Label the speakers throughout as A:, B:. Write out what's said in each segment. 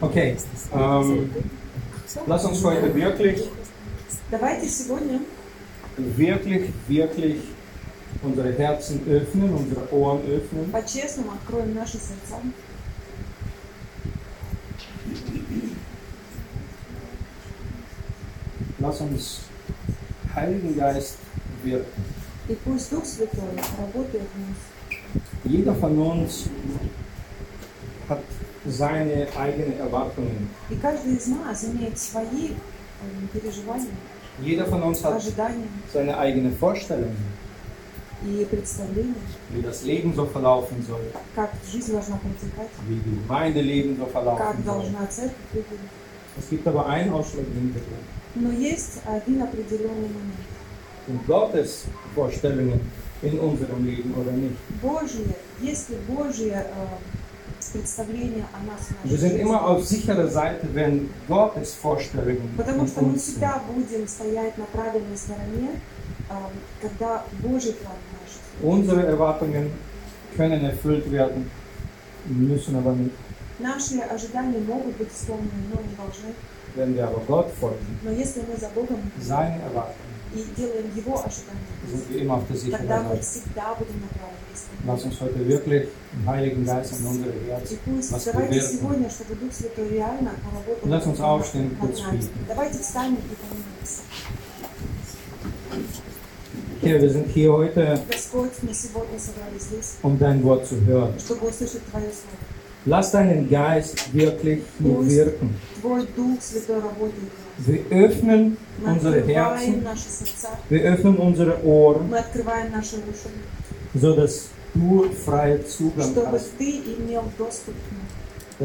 A: Okay, ähm, lass uns heute wirklich,
B: Давайте сегодня
A: wirklich, wirklich unsere Herzen öffnen, unsere Ohren öffnen
B: по-честному откроем наши сердца
A: Lass uns Heiligen Geist wirken.
B: и пусть Дух Святой работает в нас.
A: Jeder von uns hat seine eigenen Erwartungen.
B: И каждый из нас имеет свои э, переживания,
A: Jeder von uns hat
B: ожидания
A: seine eigene Vorstellung,
B: и представления,
A: wie das Leben so verlaufen soll,
B: как жизнь должна протекать,
A: wie die Gemeindeleben so
B: как
A: verlaufen soll.
B: должна церковь выглядеть.
A: Es gibt aber einen ausschlaggebenden Grund.
B: Но есть один определенный момент.
A: Sind Gottes Vorstellungen in unserem Leben oder nicht?
B: Божие, если Божие э, представление о нас в нашей
A: Wir sind
B: жизни,
A: immer auf sicherer Seite, wenn Gottes Vorstellungen in
B: Потому что мы
A: uns sind.
B: всегда будем стоять на правильной стороне, а, когда Божий план в нашей жизни.
A: Unsere Erwartungen können erfüllt werden, müssen aber nicht.
B: Наши ожидания могут быть исполнены, но не должны.
A: Wenn wir aber Gott folgen,
B: Но если мы за Богом
A: seine Erwartungen,
B: и делаем Его ожидания,
A: sind wir immer auf der sicheren
B: тогда мы
A: Seite.
B: всегда будем на правильной
A: Lass
B: стороне.
A: uns heute wirklich den Heiligen Geist in unsere
B: И
A: Herzen.
B: пусть
A: нас
B: давайте
A: поверит.
B: сегодня, чтобы Дух Святой реально поработал
A: Lass uns aufstehen, kurz
B: над нами.
A: beten.
B: Давайте встанем и помолимся.
A: Herr, wir sind hier heute,
B: Господь, мы сегодня собрались здесь,
A: um dein Wort zu hören.
B: чтобы услышать Твое Слово.
A: Lass deinen Geist wirklich hier wirken.
B: Твой Дух Святой работает в нас.
A: Wir öffnen
B: Мы
A: unsere
B: открываем
A: Herzen,
B: наши сердца,
A: wir öffnen unsere Ohren,
B: мы открываем наши уши,
A: sodass du freien Zugang
B: чтобы
A: hast,
B: Ты имел доступ к нам.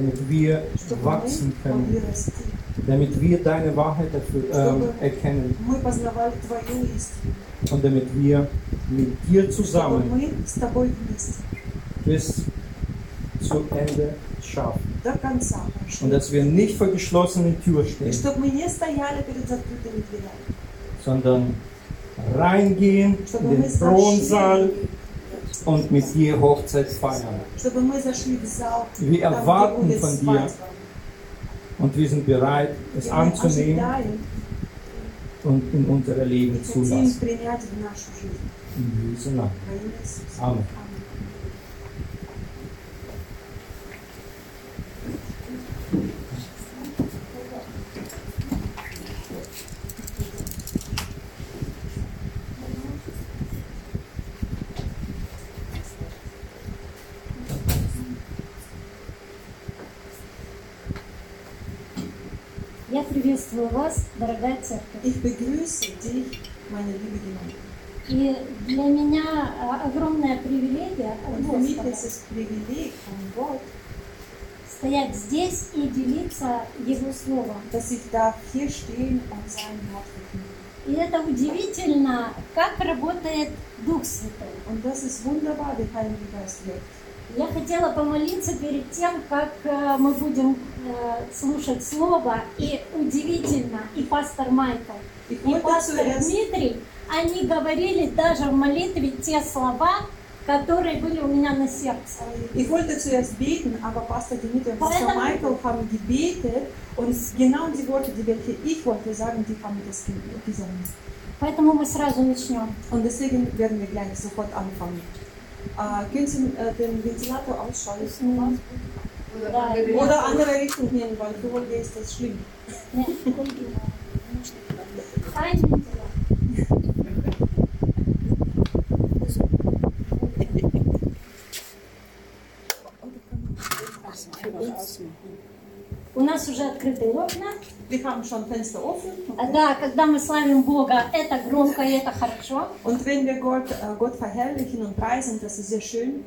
A: damit wir
B: чтобы
A: wachsen
B: мы могли
A: können,
B: расти,
A: damit wir deine Wahrheit erfü- ähm, erkennen
B: мы познавали Твою истину,
A: und damit wir mit dir
B: чтобы
A: zusammen
B: мы с Тобой вместе
A: bis zu Ende schaffen.
B: до конца
A: Und
B: прошли.
A: dass wir nicht vor geschlossenen Tür
B: И
A: stehen,
B: чтобы мы не стояли перед закрытыми дверями,
A: sondern reingehen
B: чтобы
A: in
B: мы
A: den Thronsaal
B: зашли,
A: und mit dir Hochzeit feiern.
B: чтобы мы зашли в зал,
A: Wir
B: там,
A: erwarten
B: где будет
A: von dir
B: свадьба.
A: und wir sind bereit, es
B: И мы
A: anzunehmen
B: ожидаем
A: und in unser
B: и
A: Leben zu
B: хотим
A: lassen.
B: принять в нашу жизнь.
A: In Jesu Namen.
B: Во имя Иисуса.
A: Amen.
B: Аминь.
C: Я приветствую вас, дорогая церковь.
B: Ich begrüße dich, meine liebe Gemeinde.
C: И для меня а, огромная привилегия от
B: Und für mich
C: Господа
B: ist es Privileg von Gott,
C: стоять здесь и делиться Его Словом.
B: dass ich darf hier stehen und sein Wort verkünden.
C: И это удивительно, как работает Дух Святой.
B: Und das ist wunderbar, wie Heilige Geist wirkt.
C: Я хотела помолиться перед тем, как э, мы будем э, слушать Слово. И удивительно, и пастор Майкл,
B: Ich
C: и
B: wollte
C: пастор
B: zuerst,
C: Дмитрий, они говорили даже в молитве те слова, которые были у меня на сердце.
B: ich wollte zuerst beten, aber Pastor Dimitri und Pastor
C: Weiter.
B: Michael haben gebetet und genau die Worte, die welche ich wollte sagen, die haben das ge- gesungen.
C: Поэтому мы сразу начнем.
B: Und deswegen werden wir gleich sofort anfangen. Äh, können Sie äh, den Ventilator ausschalten?
C: Да, и-
B: Oder andere Richtung nehmen, weil für Holger ist das schlimm.
C: Нет, другие. Тайные дела. У нас уже открытые окна.
B: Wir haben schon Fenster offen
C: А, Да, когда мы славим Бога, это громко и это хорошо.
B: und wenn wir Gott, äh, Gott verherrlichen und preisen, das ist sehr schön.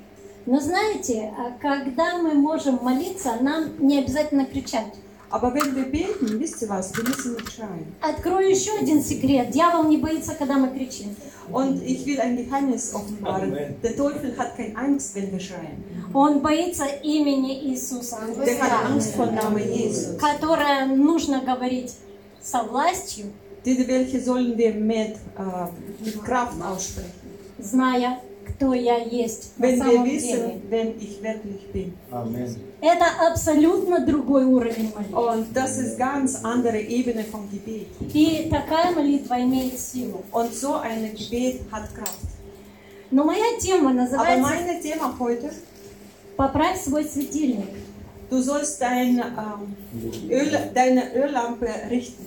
C: Но знаете, а, когда мы можем молиться, нам не обязательно кричать.
B: Aber wenn wir beten, wisst ihr was, wir müssen nicht schreien.
C: Открою еще один секрет. Дьявол не боится, когда мы кричим.
B: Und ich will ein Geheimnis offenbaren.
A: Amen.
B: Der Teufel hat keine Angst, wenn wir schreien.
C: Он боится имени Иисуса.
B: Der hat Angst vor Namen Jesus.
C: которое нужно говорить со властью,
B: Diese welche sollen wir mit, äh, mit Kraft aussprechen,
C: зная, кто я есть на
B: wenn wir
C: самом деле.
B: wissen, wenn ich wirklich bin.
A: Amen.
C: Это абсолютно другой уровень молитвы.
B: Und das ist ganz andere Ebene vom Gebet.
C: И такая молитва имеет силу.
B: Und so ein Gebet hat Kraft.
C: Но моя тема
B: Aber
C: называется
B: mein Thema heute,
C: «Поправь свой светильник».
B: du sollst dein, ähm, Öl, deine Öllampe richten.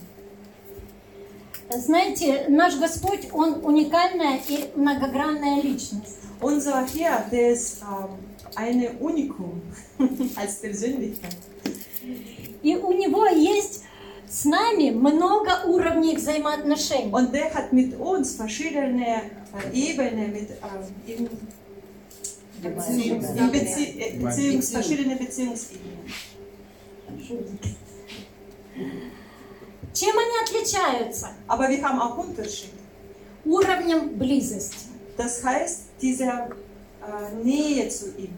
C: Знаете, наш Господь, Он уникальная и многогранная личность.
B: Unser Herr, der ist ähm, eine Unikum als Persönlichkeit.
C: И у Него есть с нами много уровней взаимоотношений.
B: Und der hat mit uns verschiedene äh, Ebenen, mit ähm, in, in Bezie äh, Beziehungs, verschiedene Beziehungsebenen.
C: Чем они отличаются?
B: Aber wir haben auch Unterschied.
C: Уровнем близости.
B: Das heißt, diese äh, Nähe zu ihm.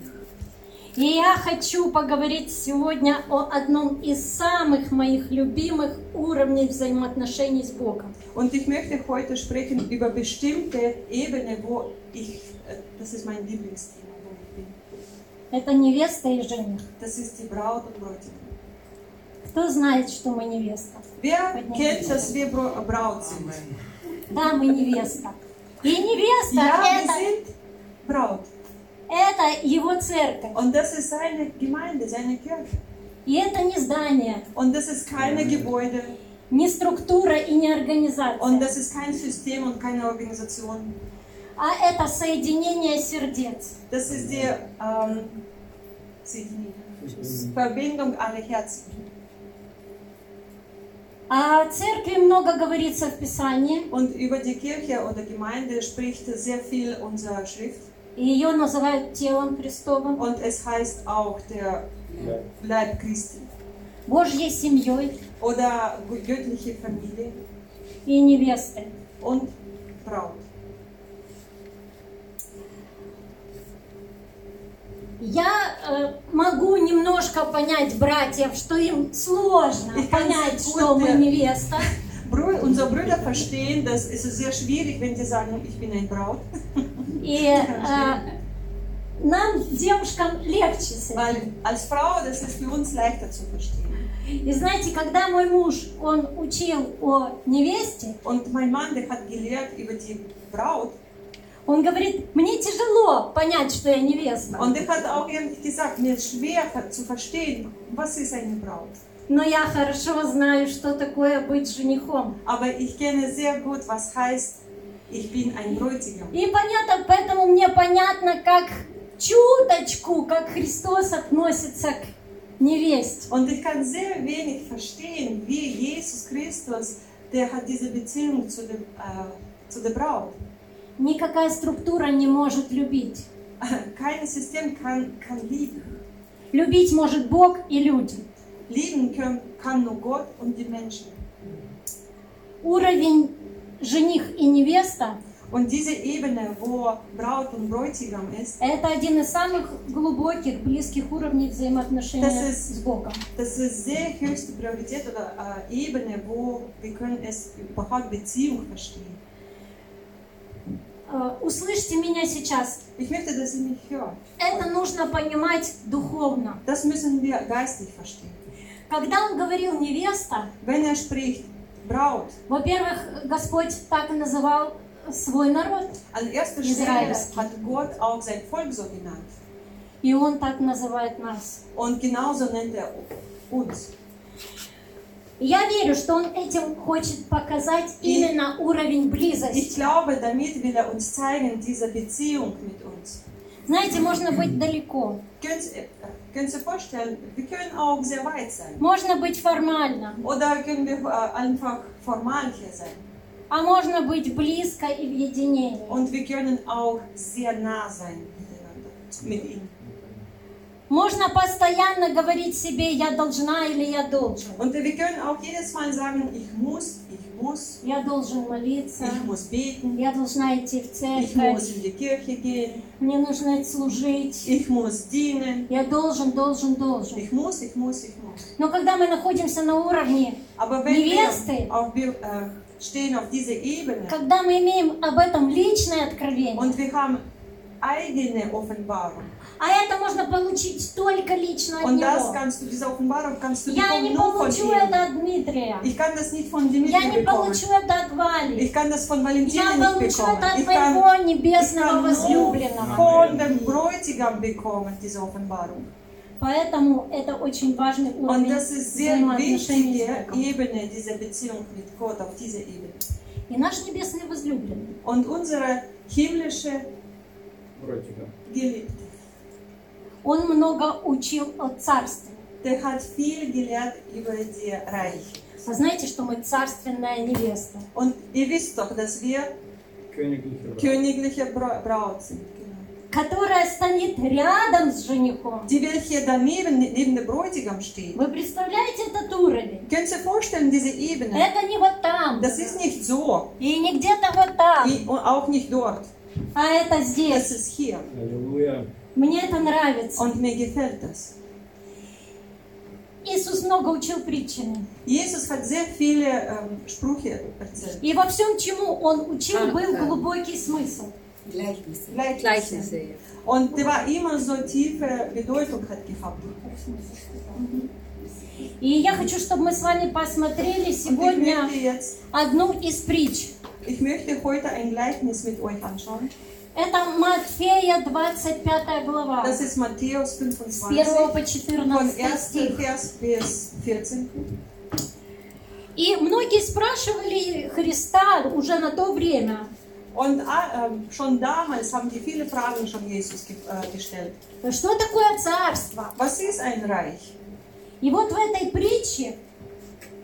C: И я хочу поговорить сегодня о одном из самых моих любимых уровней взаимоотношений с Богом.
B: Und ich möchte heute sprechen über bestimmte Ebenen, wo ich, äh, das ist mein Lieblingsthema, wo ich bin.
C: Это невеста и жених.
B: Das ist die Braut und Bräutigam.
C: Кто знает, что мы невеста?
B: Wer kennt, dass wir Bra- Braut sind?
C: Да, мы невеста. И невеста
B: Ja, wir
C: это,
B: sind Braut.
C: это его церковь.
B: Und das ist seine Gemeinde, seine Kirche.
C: И это не здание,
B: Und das ist keine Gebäude.
C: не структура и не
B: Und
C: организация,
B: das ist kein System und keine Organisation.
C: а это соединение сердец.
B: Das ist die ähm, Signal. Verbindung aller Herzen.
C: А О церкви много говорится в Писании,
B: Und über die Kirche oder Gemeinde spricht sehr viel unsere Schrift.
C: и ее называют телом Христовым,
B: Und es heißt auch der Leib Christi
C: Божьей семьей
B: oder göttliche Familie
C: и невестой.
B: und Braut.
C: Я э, могу немножко понять братьев, что им сложно
B: И
C: понять,
B: концепты.
C: что мы невеста.
B: Brü- Unsere Brüder verstehen, dass es ist sehr schwierig, wenn sie sagen, ich bin ein Braut,
C: И э, нам, девушкам, легче с этим.
B: weil als Frau, das ist für uns leichter zu verstehen.
C: И знаете, когда мой муж, он учил о невесте,
B: Und mein Mann, der hat gelehrt über die Braut
C: он говорит, мне тяжело понять, что я невеста,
B: und er hat auch ehrlich gesagt, mir ist schwer ver- zu verstehen, was ist eine Braut.
C: но я хорошо знаю, что такое быть женихом.
B: Aber ich kenne sehr gut, was heißt, ich bin ein Bräutigam.
C: И понятно, поэтому мне понятно, как чуточку, как Христос относится к невесте.
B: Und ich kann sehr wenig verstehen, wie Jesus Christus, der hat diese Beziehung zu, dem, äh, zu der Braut.
C: Никакая структура не может любить.
B: Kein System kann, kann lieben.
C: Любить может Бог и люди.
B: Lieben können, kann nur Gott und die Menschen.
C: Уровень жених и невеста
B: Und diese Ebene, wo Braut und Bräutigam ist,
C: Это один из самых глубоких, близких уровней
B: Das
C: взаимоотношений
B: ist-
C: с Богом.
B: das ist sehr höchste Priorität oder äh, Ebene, wo wir können es überhaupt Beziehung verstehen.
C: Э, Услышьте меня сейчас.
B: Ich möchte, dass ihr mich hört.
C: Это нужно понимать духовно.
B: Das müssen wir geistlich verstehen.
C: Когда он говорил невеста,
B: Wenn er spricht, Braut,
C: во-первых, Господь так и называл свой народ,
B: An erster Stelle
C: Israels.
B: hat Gott auch sein Volk so genannt.
C: и Он так называет нас.
B: Und genauso nennt er uns.
C: И Я верю, что Он этим хочет показать
B: И-
C: именно уровень
B: Ich
C: близости.
B: glaube, damit will er uns zeigen, diese Beziehung mit uns.
C: Знаете, можно быть далеко,
B: Könnt, ihr- äh, könnt ihr vorstellen, wir können auch sehr weit sein.
C: можно быть формально,
B: Oder können wir äh, einfach formal hier sein.
C: а можно быть близко и в единении.
B: Und wir können auch sehr nah sein miteinander, mit ihm.
C: Можно постоянно говорить себе «я должна» или «я должен».
B: Und wir können auch jedes Mal sagen, ich muss, ich muss,
C: Я должен молиться,
B: ich muss beten,
C: я должна идти в
B: ich muss
C: церковь,
B: in die Kirche gehen,
C: мне нужно служить,
B: ich muss dienen.
C: я должен, должен, должен.
B: Ich muss, ich muss, ich muss.
C: Но когда мы находимся на уровне,
B: Aber wenn
C: Невесты.
B: wir auf, wir äh, stehen auf dieser Ebene
C: когда мы имеем об этом личное откровение,
B: und wir haben eigene Offenbarung.
C: А это можно получить только лично от
B: Und das
C: него.
B: kannst du, diese Offenbarung kannst du
C: Я не
B: bekommen nur von
C: получу
B: ihm.
C: это от Дмитрия.
B: Ich kann das nicht von
C: Я
B: Dimitri
C: не
B: bekommen.
C: получу это от Вали.
B: Ich kann das von
C: Я
B: Valentina nicht
C: получу
B: bekommen.
C: это от
B: Ich kann,
C: моего
B: ich
C: небесного
B: kann nur
C: возлюбленного.
B: von dem Bräutigam bekommen, diese Offenbarung.
C: Поэтому это очень важный
B: Und
C: уровень
B: das ist sehr
C: взаимоотношений с
B: wichtige
C: Богом.
B: Ebene, diese Beziehung mit Gott auf dieser Ebene.
C: И наш небесный возлюбленный,
B: Und unsere himmlische
A: Братика.
B: Geliebte,
C: он много учил о царстве.
B: der hat viel gelehrt über die Reich.
C: Вы А знаете, что мы царственная невеста.
B: Und ihr wisst doch, dass wir
A: Königliche Braut.
B: königliche Bra- Braut sind. Genau.
C: которая станет рядом с женихом.
B: Die wird hier daneben, neben dem Bräutigam stehen.
C: Вы представляете этот уровень?
B: Könnt ihr vorstellen, diese Ebene?
C: Это не вот там,
B: Das ist nicht so,
C: и не где-то вот там,
B: i- und auch nicht dort.
C: а это
B: Das
C: здесь.
B: ist hier.
A: Halleluja.
C: Мне это нравится.
B: Und mir gefällt das.
C: Иисус много учил притчами.
B: Jesus hat sehr viele ähm, Sprüche erzählt.
C: И во всем, чему он учил, был глубокий смысл.
D: Gleichnisse.
B: Gleichnisse.
D: Gleichnisse, ja.
B: Und der war immer so tiefe Bedeutung hat gehabt.
C: И я хочу, чтобы мы с вами посмотрели
B: Und ich
C: сегодня
B: möchte jetzt,
C: одну из притч.
B: ich möchte heute ein Gleichnis mit euch anschauen.
C: Это Матфея 25 глава,
B: Das ist Matthäus
C: с
B: 25,
C: 1 по
B: von
C: 14
B: 1.
C: стих.
B: Vers bis 14.
C: И многие спрашивали Христа уже на то время,
B: Und ah, ähm, schon damals haben die viele Fragen schon Jesus ge äh, gestellt.
C: что такое царство?
B: Was ist ein Reich?
C: И вот в этой притче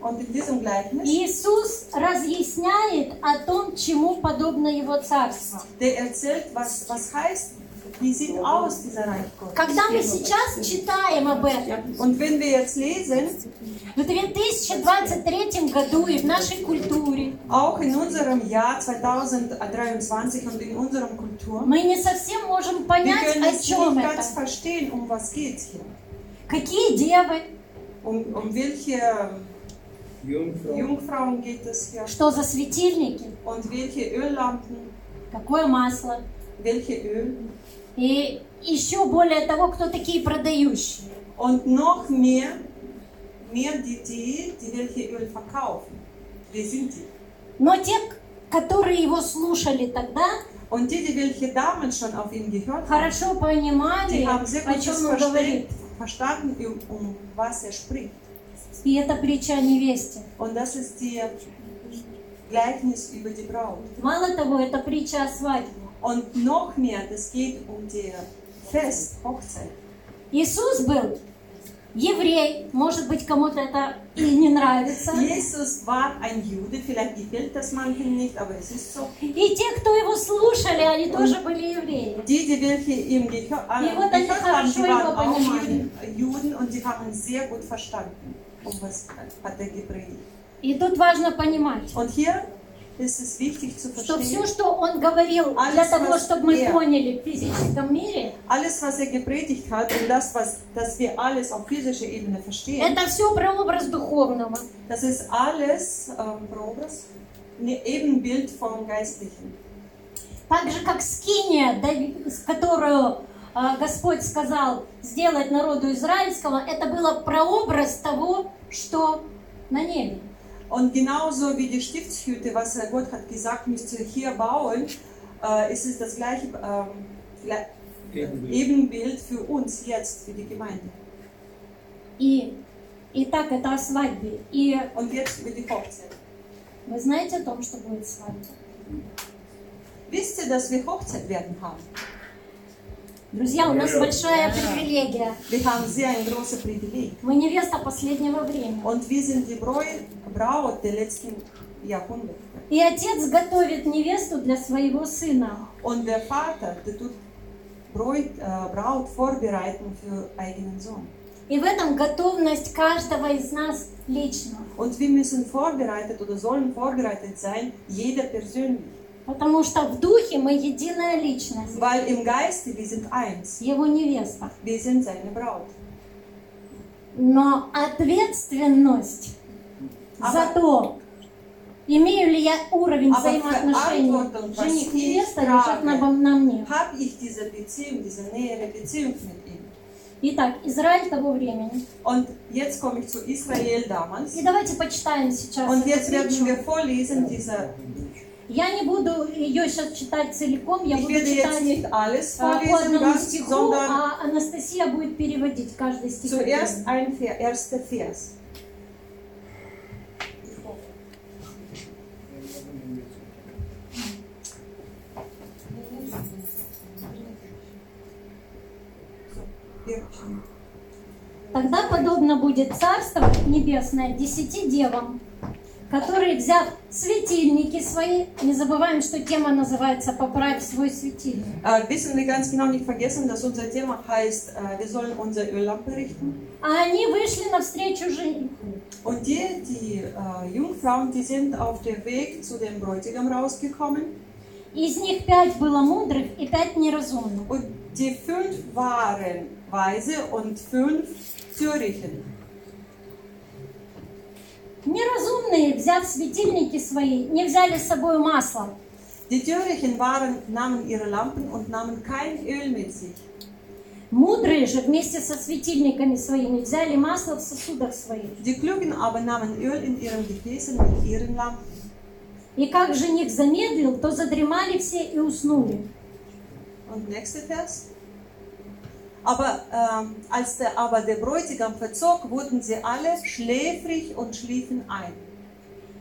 B: Und in diesem Gleichnis,
C: Иисус разъясняет о том, чему подобно Его царство.
B: der erzählt, was, was heißt, wie sieht aus dieser Reich Gottes.
C: Когда мы сейчас читаем об этом,
B: Und wenn wir jetzt lesen,
C: в 2023 году и в нашей культуре,
B: auch in unserem Jahr 2023 und in unserer Kultur,
C: мы не совсем можем
B: wir
C: понять,
B: können
C: о
B: es
C: чем
B: nicht ganz
C: это.
B: verstehen, um was geht hier.
C: Какие девы,
B: Um, um welche ähm,
A: Jungfrau.
B: Jungfrauen geht es hier
C: что за светильники,
B: und welche Öllampen,
C: какое масло.
B: welche Öl
C: И еще более того, кто такие продающие.
B: und noch mehr, mehr die, die, die welche Öl verkaufen. Wer sind die?
C: Но те, которые его слушали тогda,
B: Und die, die welche damals schon auf ihn gehört haben,
C: хорошо понимали,
B: die haben sehr
C: о
B: gut das
C: чем он говорит.
B: versteht, verstanden, um, um was er spricht.
C: И это притча о невесте.
B: Und das ist die Gleichnis über die Braut.
C: Мало того, это притча о свадьбе.
B: Und noch mehr, das geht um die Fest, Hochzeit.
C: Иисус был еврей, может быть, кому-то это и не нравится.
B: Jesus war ein Jude, vielleicht gefällt das manchen nicht, aber es ist so.
C: И те, кто его слушали, они тоже были евреи.
B: Die, die welche ihm gehör, äh,
C: Die wurden
B: gehört haben, die
C: хорошо
B: waren
C: его
B: auch
C: понимали.
B: Juden, Juden und die haben sehr gut verstanden, um was hat er gepredigt.
C: И тут важно понимать,
B: Und hier ist es wichtig zu
C: что
B: verstehen,
C: все, что он говорил
B: А
C: для
B: здесь
C: того,
B: вас
C: чтобы мы
B: нет.
C: поняли в физическом мире,
B: alles, was er gepredigt hat und das, was, dass wir alles auf physischer Ebene verstehen,
C: это все прообраз духовного.
B: das ist alles ähm, Progress, ein Ebenbild vom Geistlichen.
C: Так же, как скиния, Дави- с которую а, Господь сказал сделать народу израильского, это было прообраз того, что на небе.
B: Und genauso wie die Stiftshüte, was Herr Gott hat gesagt, müsst ihr hier bauen, äh, ist es das gleiche ähm, gle-
A: Ebenbild.
B: Ebenbild für uns jetzt, für die Gemeinde.
C: И, и так это о свадьбе. И
B: Und jetzt über die Hochzeit.
C: вы знаете о том, что будет свадьба?
B: Wisst ihr, dass wir Hochzeit werden haben?
C: Друзья, у нас большая привилегия.
B: Wir haben sehr ein großes Privileg.
C: Мы невеста последнего времени.
B: Und wir sind die Bräu- Braut der letzten Jahrhunderte.
C: И отец готовит невесту для своего сына.
B: Und der Vater, der tut Bräut, äh, Braut vorbereiten für eigenen Sohn.
C: И в этом готовность каждого из нас лично.
B: Und wir müssen vorbereitet oder sollen vorbereitet sein, jeder persönlich.
C: Потому что в духе мы единая личность.
B: Weil im Geiste wir sind eins.
C: Его невеста.
B: Wir sind seine Braut.
C: Но ответственность за то, Имею ли я уровень
B: А вот
C: взаимоотношений
B: Антон
C: жених
B: Василий
C: невеста лежит на,
B: правда.
C: бо- на мне.
B: Hab ich diese Beziehung, diese nähere Beziehung mit ihm?
C: Итак, Израиль того времени.
B: Und jetzt komme ich zu Israel damals.
C: И давайте почитаем сейчас.
B: Und
C: эту
B: jetzt werden
C: притчу.
B: wir vorlesen, diese,
C: Я не буду ее сейчас читать целиком, я
B: ich
C: буду
B: werde jetzt
C: читать
B: nicht alles
C: а, по
B: vorlesen,
C: одному
B: ganz,
C: стиху,
B: sondern
C: а Анастасия будет переводить каждый стих.
B: zuerst ein Ver- erster Vers.
C: Тогда подобно будет Царство Небесное десяти девам, которые, взяв светильники свои, не забываем, что тема называется «Поправь свой светильник»,
B: Äh, wissen wir ganz genau nicht vergessen, dass unser Thema heißt, äh, wir sollen unser Öl abrichten.
C: а они вышли навстречу жениху.
B: Und die, die äh, Jungfrauen, die sind auf dem Weg zu dem Bräutigam rausgekommen.
C: Из них пять было мудрых и пять неразумных.
B: Und die fünf waren weise und fünf törichten.
C: Неразумные, взяв светильники свои, не взяли с собой масло,
B: Die Törichten waren, nahmen ihre Lampen und nahmen kein Öl mit sich.
C: Мудрые же вместе со светильниками своими взяли масло в сосудах своих.
B: Die Klugen aber nahmen Öl in ihren Gefäßen mit ihren Lampen.
C: И как жених замедлил, то задремали все и уснули.
B: Und nächster Vers. Aber ähm, als der, aber der Bräutigam verzog, wurden sie alle schläfrig und schliefen ein.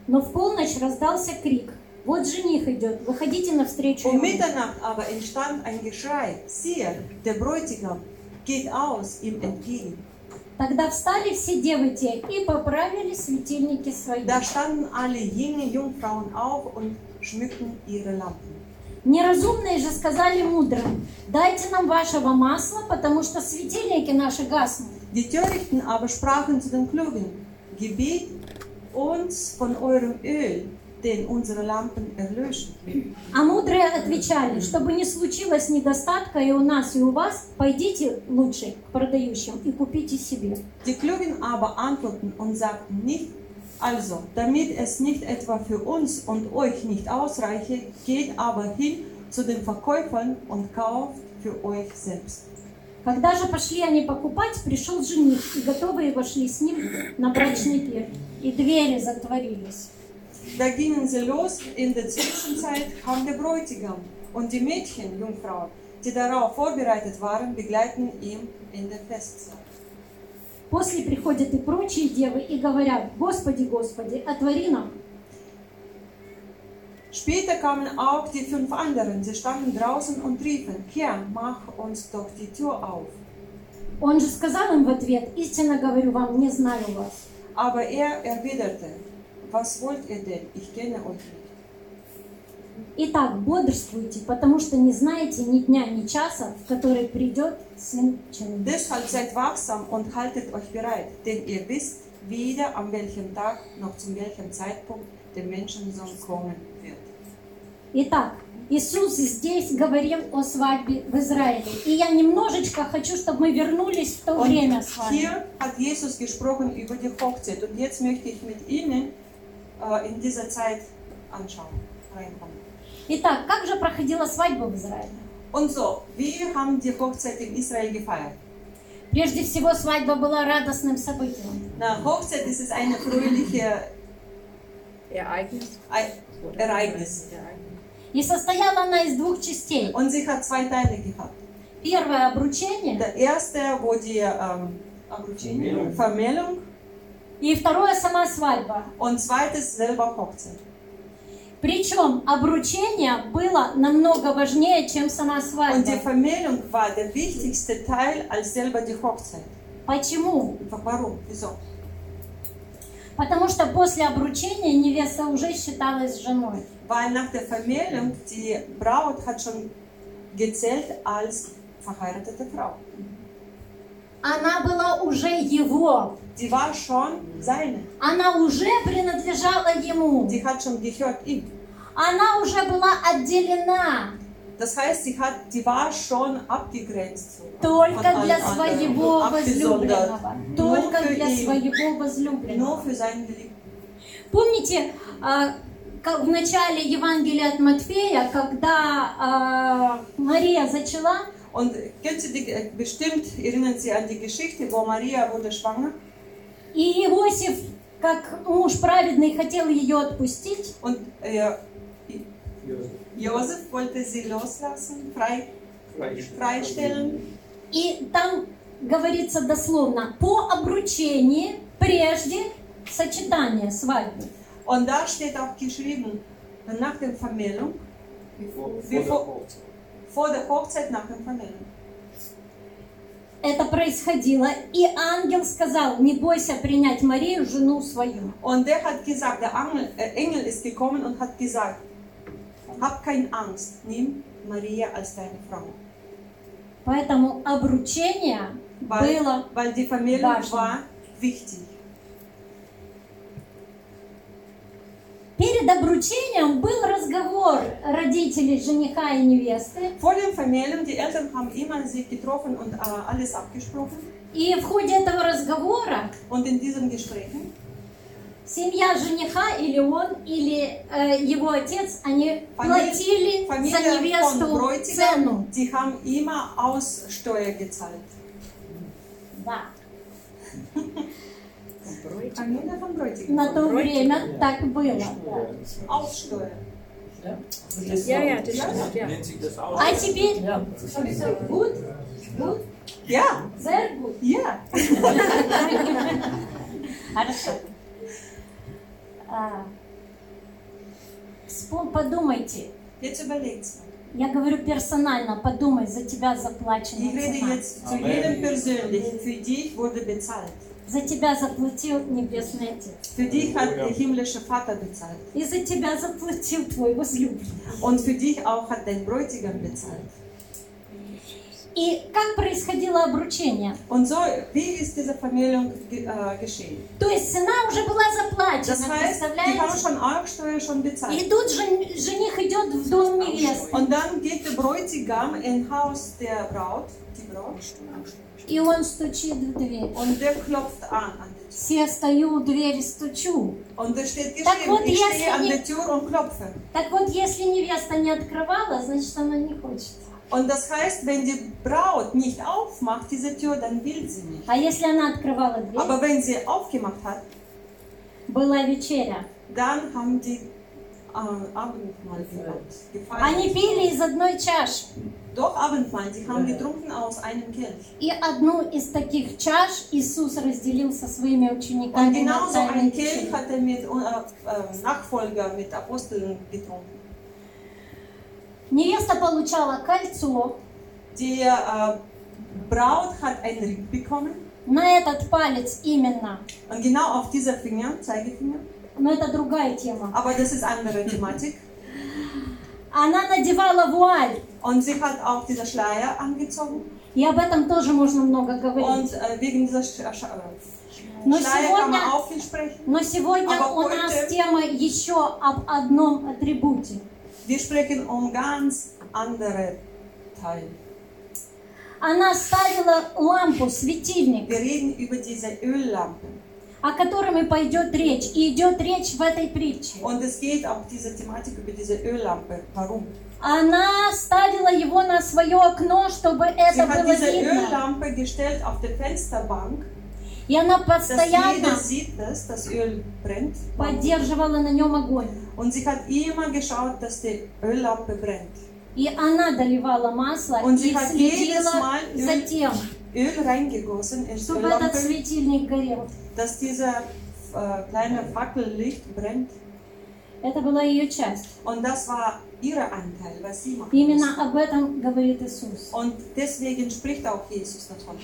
C: Но в полночь раздался крик. Вот жених идет, выходите навстречу
B: Um
C: ему.
B: Mitternacht aber entstand ein Geschrei. Siehe, der Bräutigam geht aus ihm entgegen.
C: Тогда встали все девы те и поправили светильники свои.
B: Da standen alle jene Jungfrauen auf und schmückten ihre Lampen.
C: Неразумные же сказали мудрым, дайте нам вашего масла, потому что светильники наши гаснут.
B: Die Törichten aber sprachen zu den Klugen, Gebet uns von eurem Öl, denn unsere Lampen erlöschen.
C: А мудрые отвечали, чтобы не случилось недостатка и у нас, и у вас, пойдите лучше к продающим и купите себе.
B: Die Klugen aber antworten und sagten nicht, also, damit es nicht etwa für uns und euch nicht ausreiche, geht aber hin zu den Verkäufern und kauft für euch selbst.
C: Когда же пошли они покупать, пришел жених, и готовые вошли с ним на брачный пир, и двери затворились.
B: Da gingen sie los, in der Zwischenzeit kam der Bräutigam und die Mädchen, Jungfrauen, die darauf vorbereitet waren, begleiten ihn in den Festsaal.
C: После приходят и прочие девы и говорят, «Господи, Господи, отвори нам!»
B: Später kamen auch die fünf anderen. Sie standen draußen und riefen, Herr, mach uns doch die Tür auf.
C: Он же сказал им в ответ, «Истинно говорю вам, не знаю вас».
B: Aber er erwiderte, was wollt ihr denn? Ich kenne euch nicht.
C: Итак, бодрствуйте, потому что не знаете ни дня, ни часа, в который придет Сын Человеческий.
B: Deshalb seid wachsam und haltet euch bereit, denn ihr wisst weder an welchem Tag noch zu welchem Zeitpunkt der Menschensohn kommen wird.
C: Итак, Иисус здесь говорил о свадьбе в Израиле. И я немножечко хочу, чтобы мы вернулись в то
B: Und
C: время с вами.
B: hier hat Jesus gesprochen über die Hochzeit und jetzt möchte ich mit Ihnen äh, in dieser Zeit anschauen, reinkommen.
C: Итак, как же проходила свадьба в Израиле?
B: Und so, wir haben die Hochzeit in Israel gefeiert.
C: Прежде всего, свадьба была радостным событием.
B: Na, Hochzeit ist es eine fröhliche
D: Ereignis.
B: Ei-
D: Oder?
B: Ereignis.
D: Ereignis.
C: И состояла она из двух частей.
B: und sie hat zwei Teile gehabt.
C: Первое – обручение,
B: Der erste, wo die ähm, Abruzzini-
A: Vermählung.
B: Vermählung
C: и второе – сама свадьба.
B: und zweites selber Hochzeit.
C: Причем обручение было намного важнее, чем сама
B: Und die
C: свадьба.
B: Vermählung war der wichtigste Teil als selber die Hochzeit.
C: Почему?
B: Warum? Wieso?
C: Потому что после обручения невеста уже считалась женой.
B: Weil nach der Vermählung die Braut hat schon gezählt als verheiratete Frau.
C: Она была уже его,
B: Die war schon seine.
C: Она уже принадлежала ему.
B: Die hat schon gehört ihm.
C: Она уже была отделена
B: Das heißt, sie hat, die war schon abgegrenzt.
C: только
B: От-
C: для
B: от- от-
C: своего
B: от- от-
C: возлюбленного.
B: от-
C: Только
B: от-
C: для
B: и-
C: своего
B: Nur
C: возлюбленного.
B: für seinen Geliebten.
C: Помните, а, ка- в начале Евангелия от Матфея, когда э, Мария зачала,
B: Und kennt Sie die, äh, bestimmt erinnern Sie an die Geschichte, wo Maria wurde schwanger
C: и Иосиф, как муж праведный, хотел ее отпустить,
B: und äh,
A: Ja,
B: Josef wollte sie loslassen, frei,
A: freistellen.
B: freistellen.
C: и там говорится дословно «по обручении прежде сочетания свадьбы».
B: Und da steht auch geschrieben, nach der Vermählung,
A: Vor, vor der
B: Bevor-
A: Hochzeit.
B: vor der Hochzeit, nach der Vermählung.
C: Это происходило, и ангел сказал «не бойся принять Марию, жену свою».
B: Und der hat gesagt, der Engel, äh, Engel ist gekommen und hat gesagt, hab keine Angst, nimm Maria als deine Frau.
C: Поэтому обручение
B: Weil,
C: было.
B: weil die Vermählung
C: Важно.
B: war wichtig.
C: Перед обручением был разговор родителей жениха и невесты.
B: Vor der Vermählung, die Eltern haben immer sich getroffen und äh, alles abgesprochen.
C: И в ходе этого разговора
B: Und in diesen Gesprächen,
C: семья жениха или он, или э, его отец, они
B: Фамилия-
C: платили за
B: Familie von
C: невесту цену.
B: Bräutigam, die haben immer Aussteuer gezahlt.
C: Да.
B: Familie von Bräutigam.
C: На то время
A: Bräutigam.
C: так было.
A: Ja.
B: Aussteuer.
D: Ja, ja, das stimmt, ja.
E: Nennt sich das auch?
C: А теперь good, good,
B: Ja,
C: very good.
B: ja.
C: Хорошо. А, вспом- подумайте,
B: Jetzt überlegt's.
C: я говорю персонально, подумай, за тебя заплачена
B: Ich rede
C: цена.
B: jetzt zu
A: Amen.
B: jedem persönlich. Für dich wurde bezahlt.
C: За тебя заплатил Небесный Отец.
B: Für dich hat der himmlische Vater bezahlt.
C: И за тебя заплатил твой возлюбленный.
B: Und für dich auch hat dein Bräutigam bezahlt.
C: И как происходило обручение?
B: Und so, wie ist diese Vermählung ge- äh, geschehen?
C: То есть цена уже была заплачена,
B: Das heißt, die haben
C: представляете?
B: schon Argsteuer schon bezahlt.
C: И тут жен- жених идет в дом невесты.
B: Und dann geht der Bräutigam in Haus der Braut, die Braut,
C: И он стучит в дверь.
B: und der klopft an an der Tür.
C: Все стою у двери, стучу.
B: Und da steht
C: Так
B: geschrieben,
C: вот,
B: ich
C: если
B: stehe an
C: не-
B: der Tür und klopfe.
C: Так вот, если невеста не открывала, значит, она не хочет.
B: Und das heißt, wenn die Braut nicht aufmacht, diese Tür, dann will sie nicht.
C: А если она открывала дверь,
B: Aber wenn sie aufgemacht hat,
C: была вечеря.
B: dann haben die äh, Abendmahl gehabt, gefeiert.
C: Они пили из одной чаши.
B: Doch Abendmahl, die haben getrunken aus einem Kelch.
C: И одну из таких чаш Иисус разделил со своими
B: Und
C: учениками на
B: genau so
C: Тайной
B: einen Kelch
C: вечере.
B: hat er mit äh, äh, Nachfolger, mit Aposteln getrunken.
C: Невеста получала кольцо,
B: Die äh, Braut hat einen Ring bekommen
C: на этот палец именно.
B: und genau auf dieser Finger, Zeigefinger,
C: Но это другая тема.
B: aber das ist andere Thematik.
C: Она надевала вуаль.
B: Und sie hat auch diese Schleier angezogen
C: И об этом тоже можно много говорить.
B: und äh, wegen dieser Sch Sch äh,
C: Но
B: Schleier kann man
C: сегодня,
B: auch viel sprechen.
C: но сегодня у нас тема еще об одном атрибуте.
B: Wir sprechen um ganz andere Teile.
C: Она ставила лампу, светильник,
B: Wir reden über diese Öllampe.
C: о котором и пойдет речь. И идет речь в этой притче.
B: Und es geht auch diese Thematik über diese Öllampe. Warum?
C: Она ставила его на свое окно, чтобы
B: Sie
C: это
B: hat
C: было
B: diese
C: видно.
B: Öllampe gestellt auf der Fensterbank,
C: И она
B: dass jeder
C: постоянно
B: sieht, dass das Öl brennt.
C: поддерживала на нем огонь.
B: Und sie hat immer geschaut, dass die Öllampe brennt.
C: И она доливала масло
B: Он
C: и
B: зиходил,
C: следила
B: смаль-
C: за тем,
B: Öl reingegossen in die
C: чтобы этот
B: Öllampe,
C: светильник горел.
B: dass dieser äh, kleine Fackellicht brennt.
C: Это была ее часть.
B: Und das war ihr Anteil, was sie macht.
C: Именно об этом говорит Иисус.
B: Und deswegen spricht auch Jesus davon.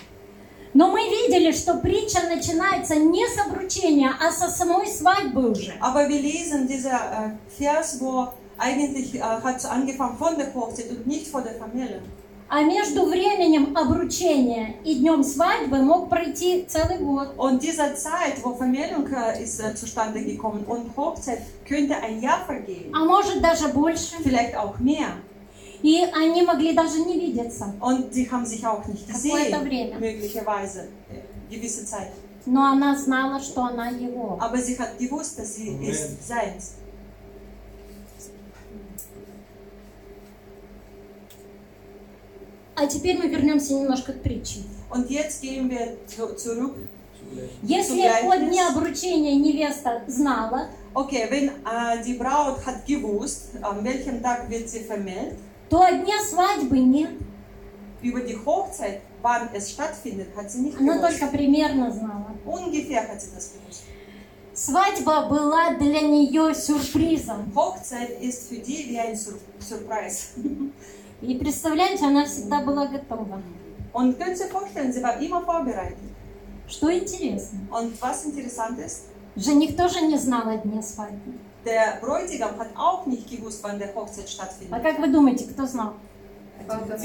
C: Но мы видели, что притча начинается не с обручения, а со самой свадьбы уже.
B: Aber wir lesen dieser äh, Vers, wo eigentlich äh, hat es angefangen von der Hochzeit und nicht von der Familie.
C: А между временем обручения и днем свадьбы мог пройти целый год.
B: Und dieser Zeit, wo Vermählung äh, ist äh, zustande gekommen und Hochzeit, könnte ein Jahr vergehen.
C: А может даже больше.
B: Vielleicht auch mehr.
C: И они могли даже не видеться.
B: Und sie haben sich auch nicht
C: Какое-то
B: gesehen,
C: время.
B: möglicherweise, äh, gewisse Zeit.
C: Но она знала, что она его.
B: Aber sie hat gewusst, dass sie
A: Amen.
B: ist seins.
C: А теперь мы вернемся немножко к притче.
B: Und jetzt gehen wir zu- zurück.
C: Если
B: Субъяснись.
C: о дне обручения невеста знала,
B: Okay, wenn äh, die Braut hat gewusst, an welchem Tag wird sie vermählt,
C: то о дне свадьбы нет.
B: über die Hochzeit, wann es stattfindet, hat sie nicht
C: Она только
B: gewusst.
C: примерно знала.
B: Ungefähr hat sie das gewusst.
C: Свадьба была для нее сюрпризом.
B: Hochzeit ist für die wie ein Sur Surprise.
C: И представляете, она всегда была готова.
B: Und könnt ihr vorstellen, sie war immer vorbereitet.
C: Что интересно,
B: Und was interessant ist,
C: жених тоже не знал о дне свадьбы.
B: der Bräutigam hat auch nicht gewusst, wann der Hochzeit
C: А
B: stattfindet.
C: как вы думаете, кто знал?
B: Was
C: Только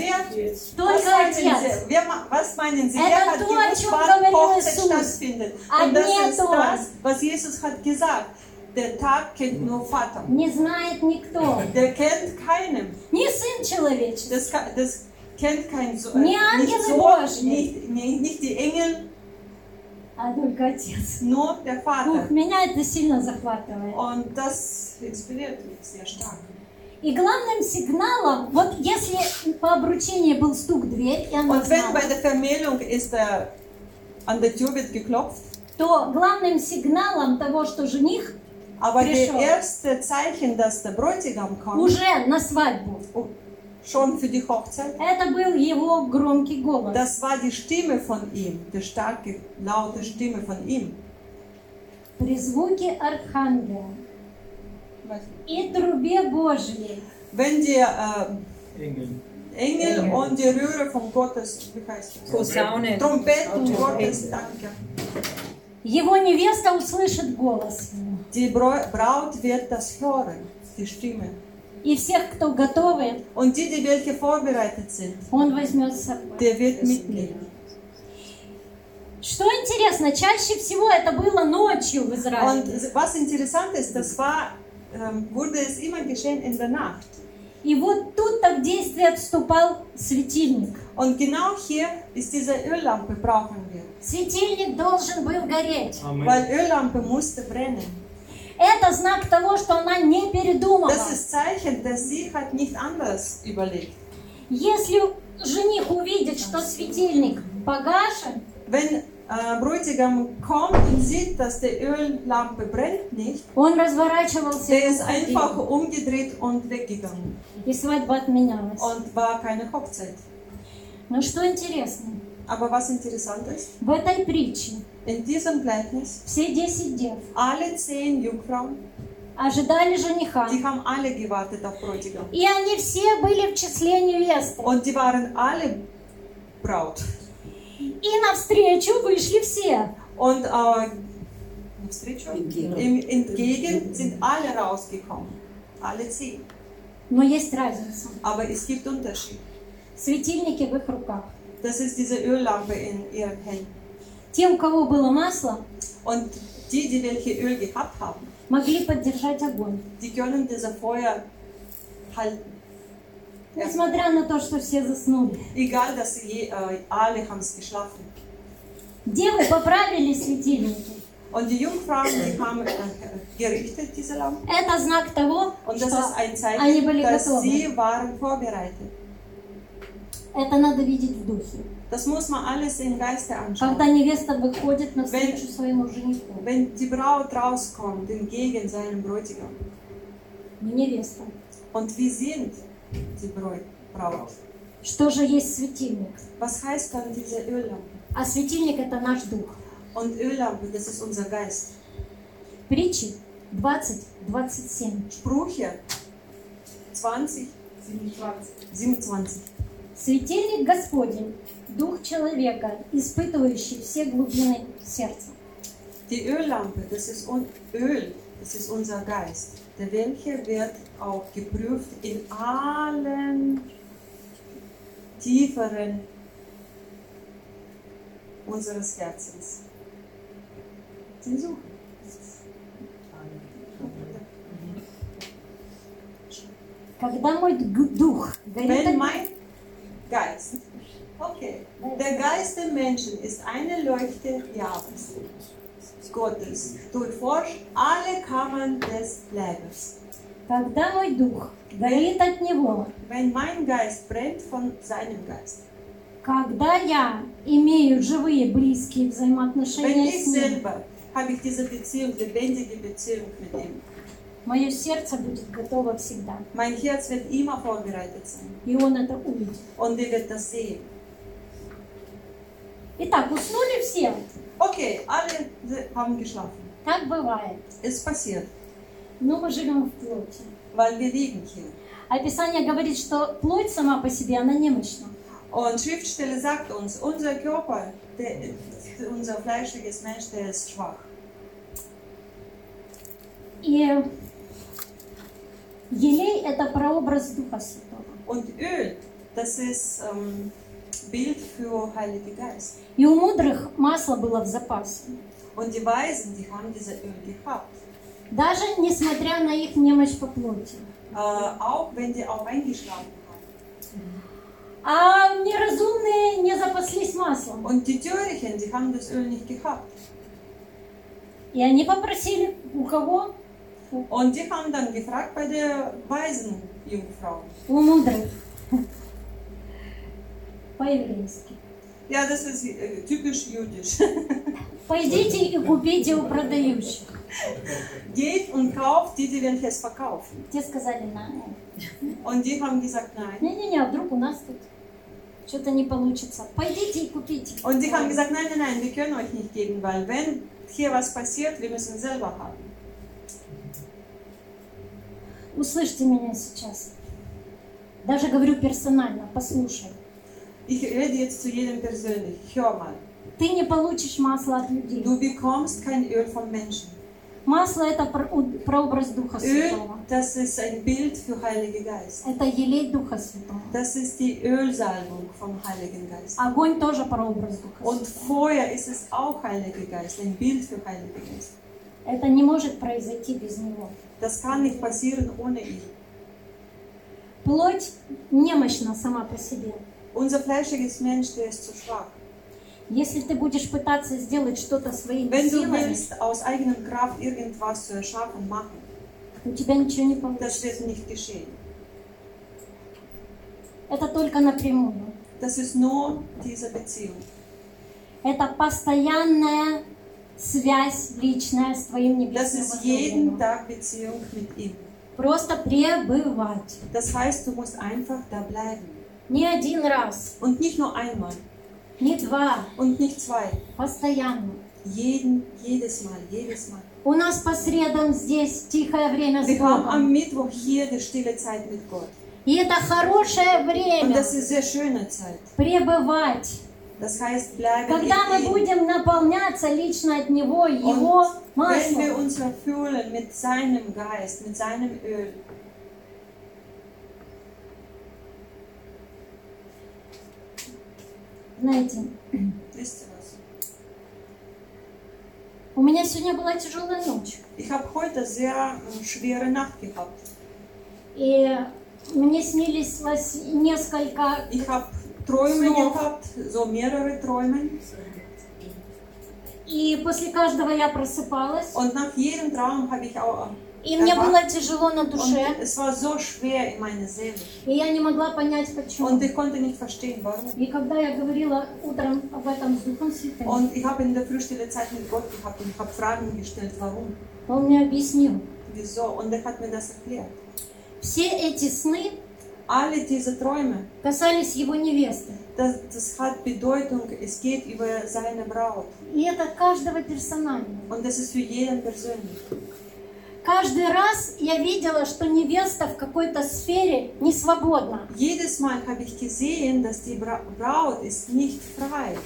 B: meinen,
C: отец.
B: Sie, wer, ma- was meinen Sie?
C: Это
B: Wer hat
C: то, о
B: gewusst,
C: чем
B: wann
C: говорил
B: Hochzeit
C: Иисус.
B: stattfindet?
C: А
B: Und das
C: не
B: ist
C: то.
B: das, was Jesus hat gesagt. Der Tag kennt nur Vater.
C: Не знает никто.
B: Der kennt keinen.
C: Ни сын человеческий,
B: Das, ka- das kennt kein Sohn.
C: Не
B: Nicht,
C: ангелы
B: Sohn,
C: Божьи.
B: nicht, nicht, nicht die Engel,
C: а только отец.
B: nur der Vater.
C: Ух, меня это сильно захватывает.
B: Und das inspiriert mich sehr stark.
C: И главным сигналом, вот если по обручению был стук в дверь, и она
B: Und wenn
C: знала,
B: bei der Vermählung ist der, an der Tür wird geklopft,
C: то главным сигналом того, что жених
B: aber der
C: Пришел.
B: erste Zeichen, dass der Bräutigam kommt,
C: уже на свадьбу,
B: schon für die Hochzeit,
C: это был его громкий голос.
B: das war die Stimme von ihm, die starke, laute Stimme von ihm.
C: При звуке архангела и трубе Божьей
B: Wenn die äh,
A: Engel.
B: Engel und die Röhre von Gottes, wie heißt das?
D: Posaunen.
B: Trompeten
D: Trompeten.
B: Gottes, danke.
C: его невеста услышит голос его.
B: Die Bra- Braut wird das hören, die Stimme.
C: И всех, кто готовы,
B: Und die, die welche vorbereitet sind,
C: он возьмет с собой.
B: der wird mitnehmen.
C: Что интересно, чаще всего это было ночью в
B: Und
C: Израиле.
B: was interessant ist, das war, ähm, wurde es immer geschehen in der Nacht.
C: И вот тут-то в действие вступал светильник.
B: Und genau hier ist diese Öllampe, brauchen wir.
C: Светильник должен был гореть.
A: Amen.
B: Weil Öllampe musste brennen.
C: Это знак того, что она не передумала.
B: Das ist Zeichen, dass sie hat nicht anders überlegt.
C: Если жених увидит, что светильник погашен,
B: Wenn äh, Bräutigam kommt und sieht, dass die Öllampe brennt nicht,
C: он разворачивался
B: der ist
C: и
B: einfach umgedreht und weggegangen.
C: и свадьба отменялась.
B: Und war keine Hochzeit.
C: Но что интересно,
B: Aber was interessant ist,
C: в этой притче
B: in diesem Gleichnis,
C: все 10 дев
B: alle zehn Jungfrauen,
C: ожидали жениха.
B: die haben alle gewartet auf Bräutigam.
C: И они все были в числе невесты.
B: Und die waren alle Braut.
C: И навстречу вышли все.
B: Und äh, навстречу, im entgegen sind alle rausgekommen. Alle zehn.
C: Но есть разница.
B: Aber es gibt Unterschied.
C: Светильники в их руках.
B: Das ist diese Öllampe in ihren Händen.
C: Те, у кого было масло,
B: Und die, die welche Öl gehabt haben,
C: могли поддержать огонь.
B: die können diese Feuer halten.
C: Несмотря на то, что все заснули.
B: Egal, dass sie, je- äh, alle haben es geschlafen.
C: Девы поправили светильники.
B: Und die Jungfrauen, die haben äh, gerichtet diese Lampe.
C: Это знак того,
B: Und das ist
C: что
B: ein
C: они
B: Zeichen,
C: были
B: dass
C: готовы.
B: sie waren vorbereitet.
C: это надо видеть в духе.
B: Das muss man alles im Geiste anschauen.
C: Когда невеста выходит навстречу своему жениху.
B: Wenn die Braut rauskommt entgegen seinem Bräutigam
C: Не ну, невеста.
B: und wir sind die Bräu- Braut,
C: Что же есть светильник?
B: was heißt dann diese Öllampe?
C: А светильник это наш дух.
B: Und Öllampe, das ist unser Geist.
C: Притчи 20-27.
B: Sprüche 20, 27.
C: Светильник Господень, дух человека, испытывающий все глубины сердца.
B: Die Öllampe, das ist un Öl, das ist unser Geist. Der welche wird auch geprüft in allen tieferen unseres Herzens. Die Suche.
C: Когда мой г- дух горит
B: Wenn
C: огнем,
B: mein Geist, okay, der Geist der Menschen ist eine Leuchte Jahres Gottes, durchforscht alle Kammern des Lebens.
C: когда мой дух горит от него,
B: wenn mein Geist brennt von seinem Geist.
C: когда я имею живые, близкие
B: Wenn
C: взаимоотношения
B: ich
C: с ним,
B: selber habe ich diese Beziehung, lebendige Beziehung mit ihm.
C: мое сердце будет готово всегда,
B: Mein Herz wird immer vorbereitet sein
C: и он это увидит.
B: und er wird das sehen.
C: Итак, уснули все?
B: Okay, alle se- haben geschlafen.
C: Так бывает.
B: Es passiert,
C: Но мы живем в плоти.
B: weil wir liegen hier.
C: А Писание говорит, что плоть сама по себе, она немощна.
B: Und Schriftstelle sagt uns, unser Körper, der, unser fleischiges Mensch, der ist schwach.
C: И елей – это прообраз Духа Святого.
B: Und Öl, das ist ähm, Bild für Heilige Geist.
C: И у мудрых масло было в запасе.
B: Und die Weisen, die haben dieses Öl gehabt.
C: Даже несмотря на их немощь по плоти.
B: Äh, auch wenn die auch eingeschlafen haben.
C: А неразумные не запаслись маслом.
B: Und die Türchen, die haben das Öl nicht gehabt.
C: И они попросили у кого?
B: Und die haben dann gefragt bei der weisen Jungfrau.
C: У мудрых. По-еврейски.
B: Ja, das ist äh, typisch jüdisch.
C: Пойдите и купите у продающих.
B: Geht und kauft die, die werden es verkaufen.
C: Те сказали, на. на.
B: Und die haben gesagt, nein.
C: Не-не-не, а вдруг у нас тут что-то не получится. Пойдите и купите.
B: Und die haben gesagt, nein, nein, nein, wir können euch nicht geben, weil wenn hier was passiert, wir müssen selber haben.
C: Услышьте меня сейчас. Даже говорю персонально, послушай.
B: Ich rede jetzt zu jedem persönlich. Hör mal,
C: Ты не получишь масло от людей.
B: du bekommst kein Öl vom Menschen.
C: Масло это про- у- прообраз Духа
B: Öl,
C: Святого.
B: das ist ein Bild für Heiligen Geist.
C: Это елей Духа Святого.
B: Das ist die Ölsalbung vom Heiligen Geist.
C: Огонь тоже прообраз Духа
B: Und
C: Святого.
B: Feuer ist es auch Heiliger Geist, ein Bild für Heiligen Geist.
C: Это не может произойти без него.
B: Das kann nicht passieren ohne ihn.
C: Плоть немощна сама по себе.
B: Unser fleischiges Mensch, der ist zu schwach.
C: Если ты будешь пытаться сделать что-то своими
B: Wenn du
C: силами,
B: willst, aus eigener Kraft irgendwas zu erschaffen, machen,
C: у тебя ничего не получится.
B: das wird nicht geschehen.
C: Это только напрямую.
B: Das ist nur diese Beziehung.
C: Это постоянная связь личная с твоим
B: Das
C: небесным
B: ist jeden
C: возлюбленным.
B: Tag Beziehung mit ihm.
C: Просто пребывать.
B: Das heißt, du musst einfach da bleiben.
C: Не один раз,
B: Und nicht nur einmal
C: не два,
B: und nicht zwei.
C: постоянно.
B: Jeden, jedes Mal, jedes Mal.
C: У нас по средам здесь тихое время с
B: Wir haben am
C: Богом.
B: Mittwoch hier die stille Zeit mit Gott.
C: И это хорошее
B: Und
C: время
B: das ist sehr schöne Zeit.
C: пребывать.
B: Das heißt, bleiben
C: Когда
B: in
C: мы
B: ihm.
C: будем наполняться лично от Него, Его
B: Wenn wir
C: маслом.
B: uns erfüllen mit seinem Geist, mit seinem Öl,
C: Знаете,
B: wisst ihr was?
C: у меня сегодня была тяжелая ночь.
B: Ich habe heute sehr äh, schwere Nacht gehabt.
C: И мне снились несколько
B: Ich habe Träume
C: Снов.
B: gehabt, so mehrere Träume.
C: И после каждого я просыпалась,
B: Und nach jedem Traum habe ich auch.
C: и мне
B: Ага.
C: было тяжело на
B: Und
C: душе,
B: es war so schwer in meiner Seele.
C: и я не могла понять,
B: Und
C: почему.
B: ich konnte nicht verstehen, warum.
C: И когда я говорила утром об этом с Духом Святым,
B: Und ich habe in der Frühstelle Zeit mit Gott gehabt und habe Fragen gestellt, warum,
C: он мне объяснил,
B: wieso. Und er hat mir das erklärt.
C: все эти сны
B: Alle diese Träume,
C: касались его невесты.
B: das, das hat Bedeutung, es geht über seine Braut.
C: И это каждого персонально.
B: Und das ist für jeden persönlich.
C: Каждый раз я видела, что невеста в какой-то сфере не свободна,
B: Jedes Mal habe ich gesehen, dass die Bra Braut ist nicht frei.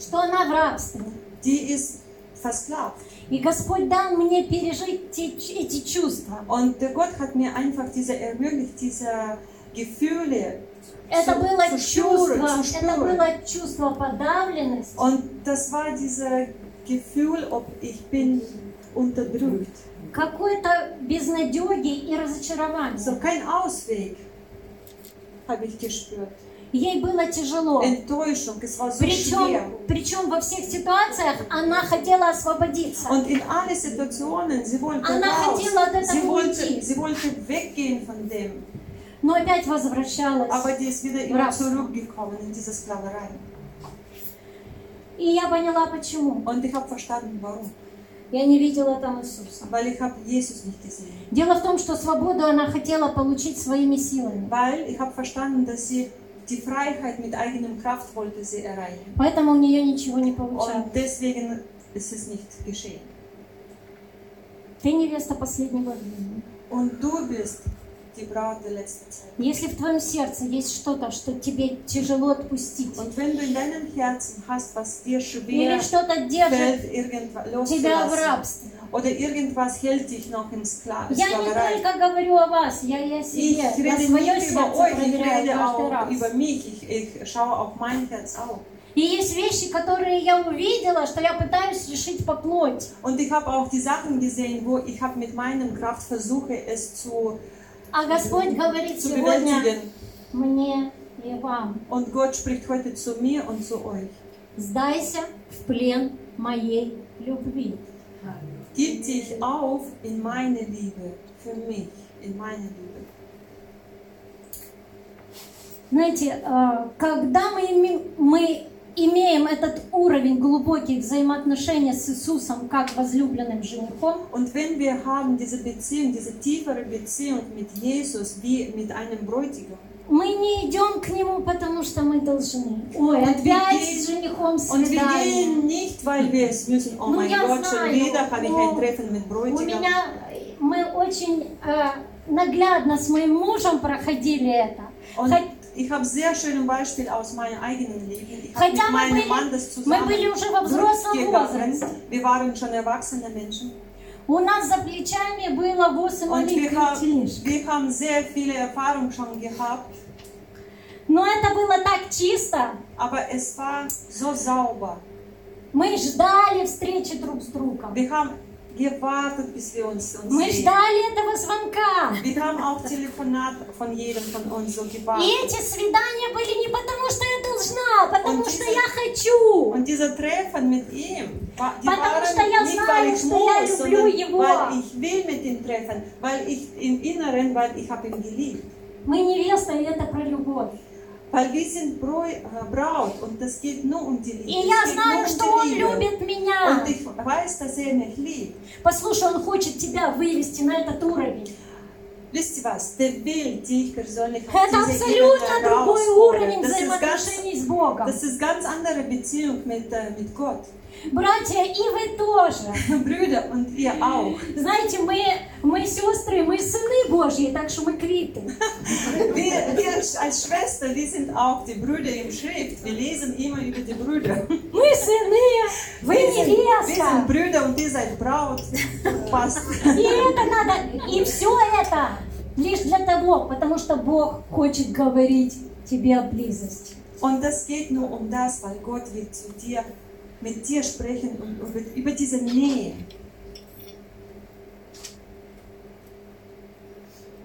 C: что она в рабстве.
B: Die ist versklavt.
C: И Господь дал мне пережить те- эти чувства.
B: Und der Gott hat mir einfach diese ermöglicht, diese Gefühle.
C: Это
B: Всё,
C: было
B: сушёры,
C: чувство, это
B: сушёры.
C: было чувство подавленности.
B: Und das war dieses Gefühl, ob ich bin unterdrückt.
C: какой-то безнадеги и разочарования.
B: So kein Ausweg habe ich gespürt.
C: Ей было тяжело.
B: Enttäuschung, es war so schwer.
C: Причем, причем во всех ситуациях она хотела освободиться.
B: Und in alle Situationen, sie wollte
C: Она
B: raus,
C: хотела от этого
B: sie wollte,
C: уйти.
B: sie wollte weggehen von dem,
C: Но опять возвращалась.
B: aber die ist wieder immer
C: Rafs.
B: zurückgekommen in diese Sklaverei.
C: И я поняла, почему.
B: Und ich habe verstanden, warum.
C: Я не видела там Иисуса.
B: Weil ich habe Jesus nicht gesehen.
C: Дело в том, что свободу она хотела получить своими силами.
B: Weil ich habe verstanden, dass sie die Freiheit mit eigenem Kraft wollte sie erreichen.
C: Поэтому у нее ничего не получалось.
B: Und deswegen ist es nicht geschehen.
C: Ты невеста последнего времени.
B: Und du bist die Braut der letzten Zeit.
C: Если в твоем сердце есть что-то, что тебе тяжело отпустить,
B: Und wenn du in deinem Herzen hast, was dir schwer
C: или что-то держит
B: fällt, irgendwas
C: тебя в
B: loszulassen,
C: рабстве,
B: oder irgendwas hält dich noch in Skla-
C: Я не
B: Sklaverei,
C: только говорю о вас, я и о
B: ich Genau,
C: себе. Я
B: rede
C: свое
B: nicht
C: сердце
B: über euch, ich
C: проверяю
B: rede
C: каждый
B: auch über
C: раз.
B: mich, ich, ich schaue auf mein Herz auf.
C: И есть вещи, которые я увидела, что я пытаюсь решить по плоти.
B: Und ich habe auch die Sachen gesehen, wo ich habe mit meinem Kraft versuche, es zu,
C: А Господь говорит
B: zu
C: сегодня
B: bewältigen.
C: мне и вам.
B: Und Gott spricht heute zu mir und zu euch.
C: Сдайся в плен моей любви.
B: Gib dich auf in meine Liebe, für mich, in meine Liebe.
C: Знаете, э, когда мы, име- мы имеем этот уровень глубоких взаимоотношений с Иисусом как возлюбленным женихом,
B: Und wenn wir haben diese Beziehung, diese tiefere Beziehung mit Jesus wie mit einem Bräutigam,
C: мы не идем к Нему, потому что мы должны. Ой,
B: Вот
C: опять
B: ведь-
C: с женихом
B: und wir
C: свидание.
B: gehen nicht, weil wir es müssen, oh
C: Nun,
B: mein
C: ja,
B: Gott, schon
C: nein,
B: wieder habe ich
C: oh.
B: ein Treffen mit
C: У
B: Bräutigam.
C: меня э, мы очень э, наглядно с моим мужем проходили это.
B: Und
C: Хот-
B: ich habe sehr schönes Beispiel aus meinem eigenen Leben. Ich habe
C: Хотя
B: mit
C: мы были-
B: meinem Mann das
C: Мы
B: zusammen
C: были уже во взрослом
B: durchgegangen.
C: возрасте.
B: Wir waren schon erwachsene Menschen.
C: У нас за плечами было 8
B: Und wir
C: маленьких
B: haben,
C: детишек.
B: wir haben sehr viele Erfahrungen schon gehabt.
C: Но это было так чисто.
B: Aber es war so sauber.
C: Мы ждали встречи друг с другом.
B: Wir haben gewartet, bis wir uns, uns
C: Мы
B: sehen.
C: ждали этого звонка.
B: Wir haben auch Telefonat von jedem von uns so
C: И
B: gewartet.
C: эти свидания были не потому, что я должна, а потому
B: Он
C: что
B: тебе-
C: я хочу.
B: Und diese Treffen mit ihm, wa- die
C: Потому
B: waren
C: что я
B: nicht,
C: знаю,
B: weil ich
C: что я
B: muss,
C: люблю
B: sondern
C: его.
B: weil ich will mit ihm treffen, weil ich im Inneren, weil ich habe ihn geliebt.
C: Мы невеста, и это про любовь.
B: Weil wir sind Bräu, äh, Braut und das geht nur um die Liebe.
C: И
B: Es
C: я
B: geht
C: знаю,
B: nur um
C: что
B: die
C: он
B: Liebe.
C: любит меня.
B: Und ich weiß, dass er mich liebt.
C: Послушай, он хочет тебя вывести на этот уровень.
B: Wisst ihr was? Der will dich persönlich auf
C: Это
B: diese
C: абсолютно
B: Ebene
C: другой
B: herausfordern.
C: уровень
B: Das ist ganz,
C: взаимоотношений с Богом.
B: das ist ganz andere Beziehung mit, äh, mit Gott.
C: Братья, и вы тоже.
B: Brüder und ihr auch.
C: Знаете, мы, мы сестры, мы сыны Божьи, так что мы квиты.
B: Wir, wir als Schwester, wir sind auch die Brüder im Schrift. Wir lesen immer über die Brüder.
C: Мы сыны, вы
B: Wir sind, wir sind
C: невеста.
B: Brüder und ihr seid Braut. Passt.
C: И это надо, и все это лишь для того, потому что Бог хочет говорить тебе о близости.
B: Und das geht nur um das, weil Gott will zu dir, mit dir sprechen und über, über diese Nähe.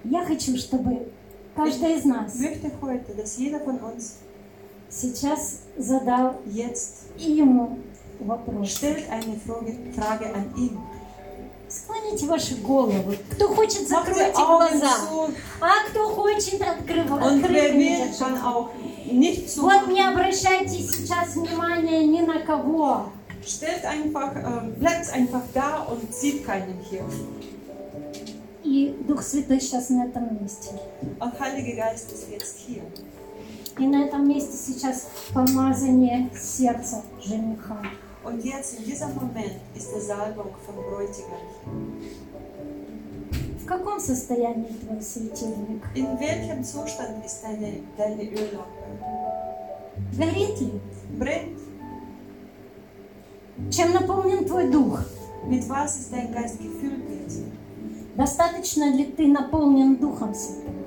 C: Я хочу, чтобы каждый из нас
B: Ich möchte heute, dass jeder von uns
C: сейчас задал
B: jetzt
C: ему вопрос.
B: stellt eine Frage, Frage an ihn.
C: Склоните ваши головы. Кто хочет,
B: Macht
C: закройте
B: die Augen
C: глаза.
B: zu
C: А кто хочет, открывать?
B: und wer will, kann auch nicht zu.
C: Вот не обращайте сейчас внимания ни на кого.
B: Stellt einfach, ähm, bleibt einfach da und sieht keinen hier.
C: И Дух Святой сейчас на этом месте.
B: Und Heiliger Geist ist jetzt hier.
C: И на этом месте сейчас помазание сердца жениха.
B: Und jetzt in diesem Moment ist die Salbung vom Bräutigam hier.
C: В каком состоянии твой светильник?
B: In welchem Zustand ist deine, deine Öllampe?
C: Горит ли?
B: Brennt?
C: Чем наполнен твой дух?
B: Mit was ist dein Geist gefüllt jetzt?
C: Достаточно ли ты наполнен Духом Святым?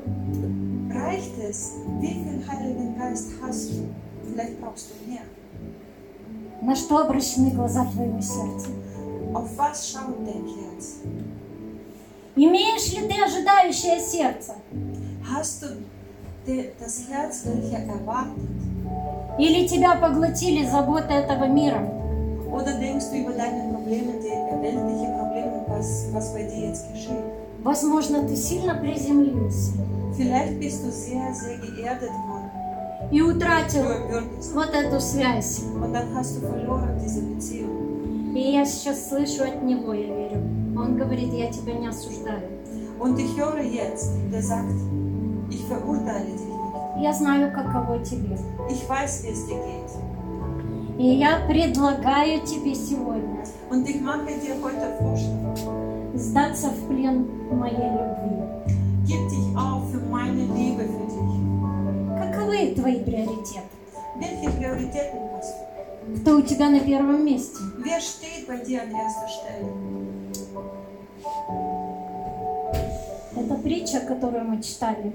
B: Reicht es? Wie viel Heiligen Geist hast du? Vielleicht brauchst du mehr.
C: На что обращены глаза твоего сердца?
B: Auf was schaut dein Herz?
C: Имеешь ли ты ожидающее сердце?
B: Hast du der- das Herz, welches erwartet?
C: Или тебя поглотили заботы этого мира?
B: Oder denkst du über deine Probleme, die äh, weltliche Probleme, was, was bei dir jetzt geschieht?
C: Возможно, ты сильно приземлился
B: Vielleicht bist du sehr, sehr geerdet worden,
C: и утратил
B: überwürdigt.
C: вот эту связь.
B: Und dann hast du verloren diese Beziehung.
C: И я сейчас слышу от него, я верю. Он говорит, я тебя не осуждаю.
B: Und ich höre jetzt, der sagt, ich verurteile dich nicht.
C: Я знаю, каково тебе.
B: Ich weiß, wie es dir geht.
C: И я предлагаю тебе сегодня
B: Und ich mache dir heute Vorschlag.
C: сдаться в плен моей любви.
B: Gib dich auf für meine Liebe für dich.
C: Каковы твои приоритеты?
B: Welche Prioritäten hast du?
C: Кто у тебя на первом месте?
B: Wer steht bei dir an erster Stelle?
C: Это притча, которую мы читали.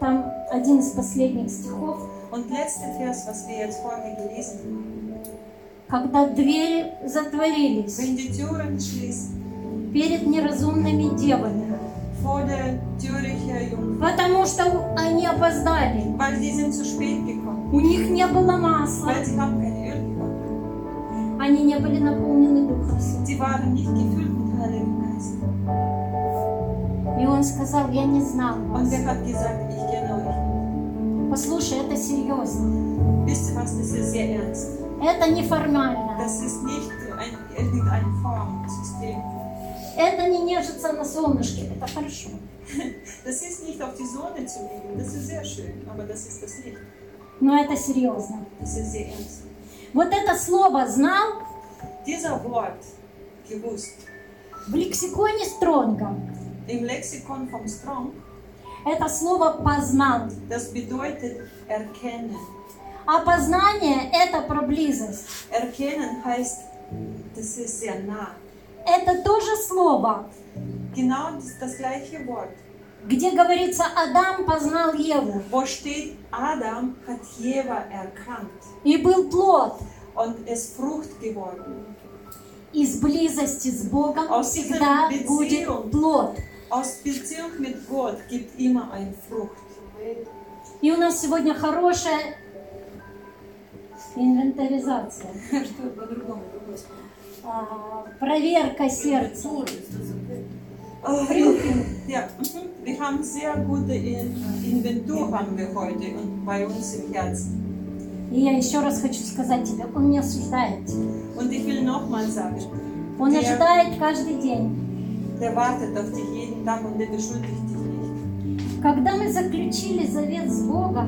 C: Там один из последних стихов.
B: Und letzter Vers, was wir jetzt vorher gelesen haben.
C: Когда двери затворились
B: Wenn die Türen schließen,
C: перед неразумными девами,
B: vor der Züricher Jungfrau,
C: потому что у- они опоздали,
B: weil die sind zu spät gekommen,
C: у них не было масла,
B: weil sie haben kein Öl bekommen.
C: они не были наполнены Духом Святым.
B: Sie waren nicht gefüllt mit Heiligen Geist.
C: И он сказал, я не знал
B: Und
C: вас.
B: er hat gesagt, ich kenne
C: Послушай, это серьезно,
B: euch. Wisst ihr was, das ist sehr ernst.
C: это не формально,
B: Das ist nicht ein, irgendein Formsystem.
C: это не нежиться на солнышке, это хорошо.
B: Das ist nicht auf die Sonne zu legen, das ist sehr schön, aber das ist das nicht.
C: Но это серьезно.
B: Das ist sehr ernst.
C: Вот это слово «знал»
B: Dieser Wort, gewusst,
C: в лексиконе Стронга.
B: im Lexikon vom Strong,
C: Это слово «познал».
B: das bedeutet erkennen.
C: А познание – это про близость.
B: Erkennen heißt, das ist sehr nah.
C: Это тоже слово,
B: Genau das, das gleiche Wort.
C: где говорится «Адам познал Еву,
B: Wo steht, Adam hat Jeva erkannt
C: и был плод».
B: und ist Frucht geworden.
C: Из близости с Богом
B: А
C: всегда
B: всегда
C: будет
B: Бог.
C: плод.
B: Aus Beziehung mit Gott gibt immer eine Frucht.
C: И у нас сегодня хорошая инвентаризация,
D: Что по-другому, другое слово.
C: а, проверка сердца.
B: Oh, wir- ja, mhm. wir haben sehr gute In- Inventur haben wir heute und bei uns im Herzen.
C: И я еще раз хочу сказать тебе, он не осуждает тебя.
B: Und ich will nochmal sagen,
C: Он
B: Я-
C: ожидает каждый день.
B: der wartet auf dich jeden Tag und der beschuldigt dich nicht.
C: Когда мы заключили завет с Богом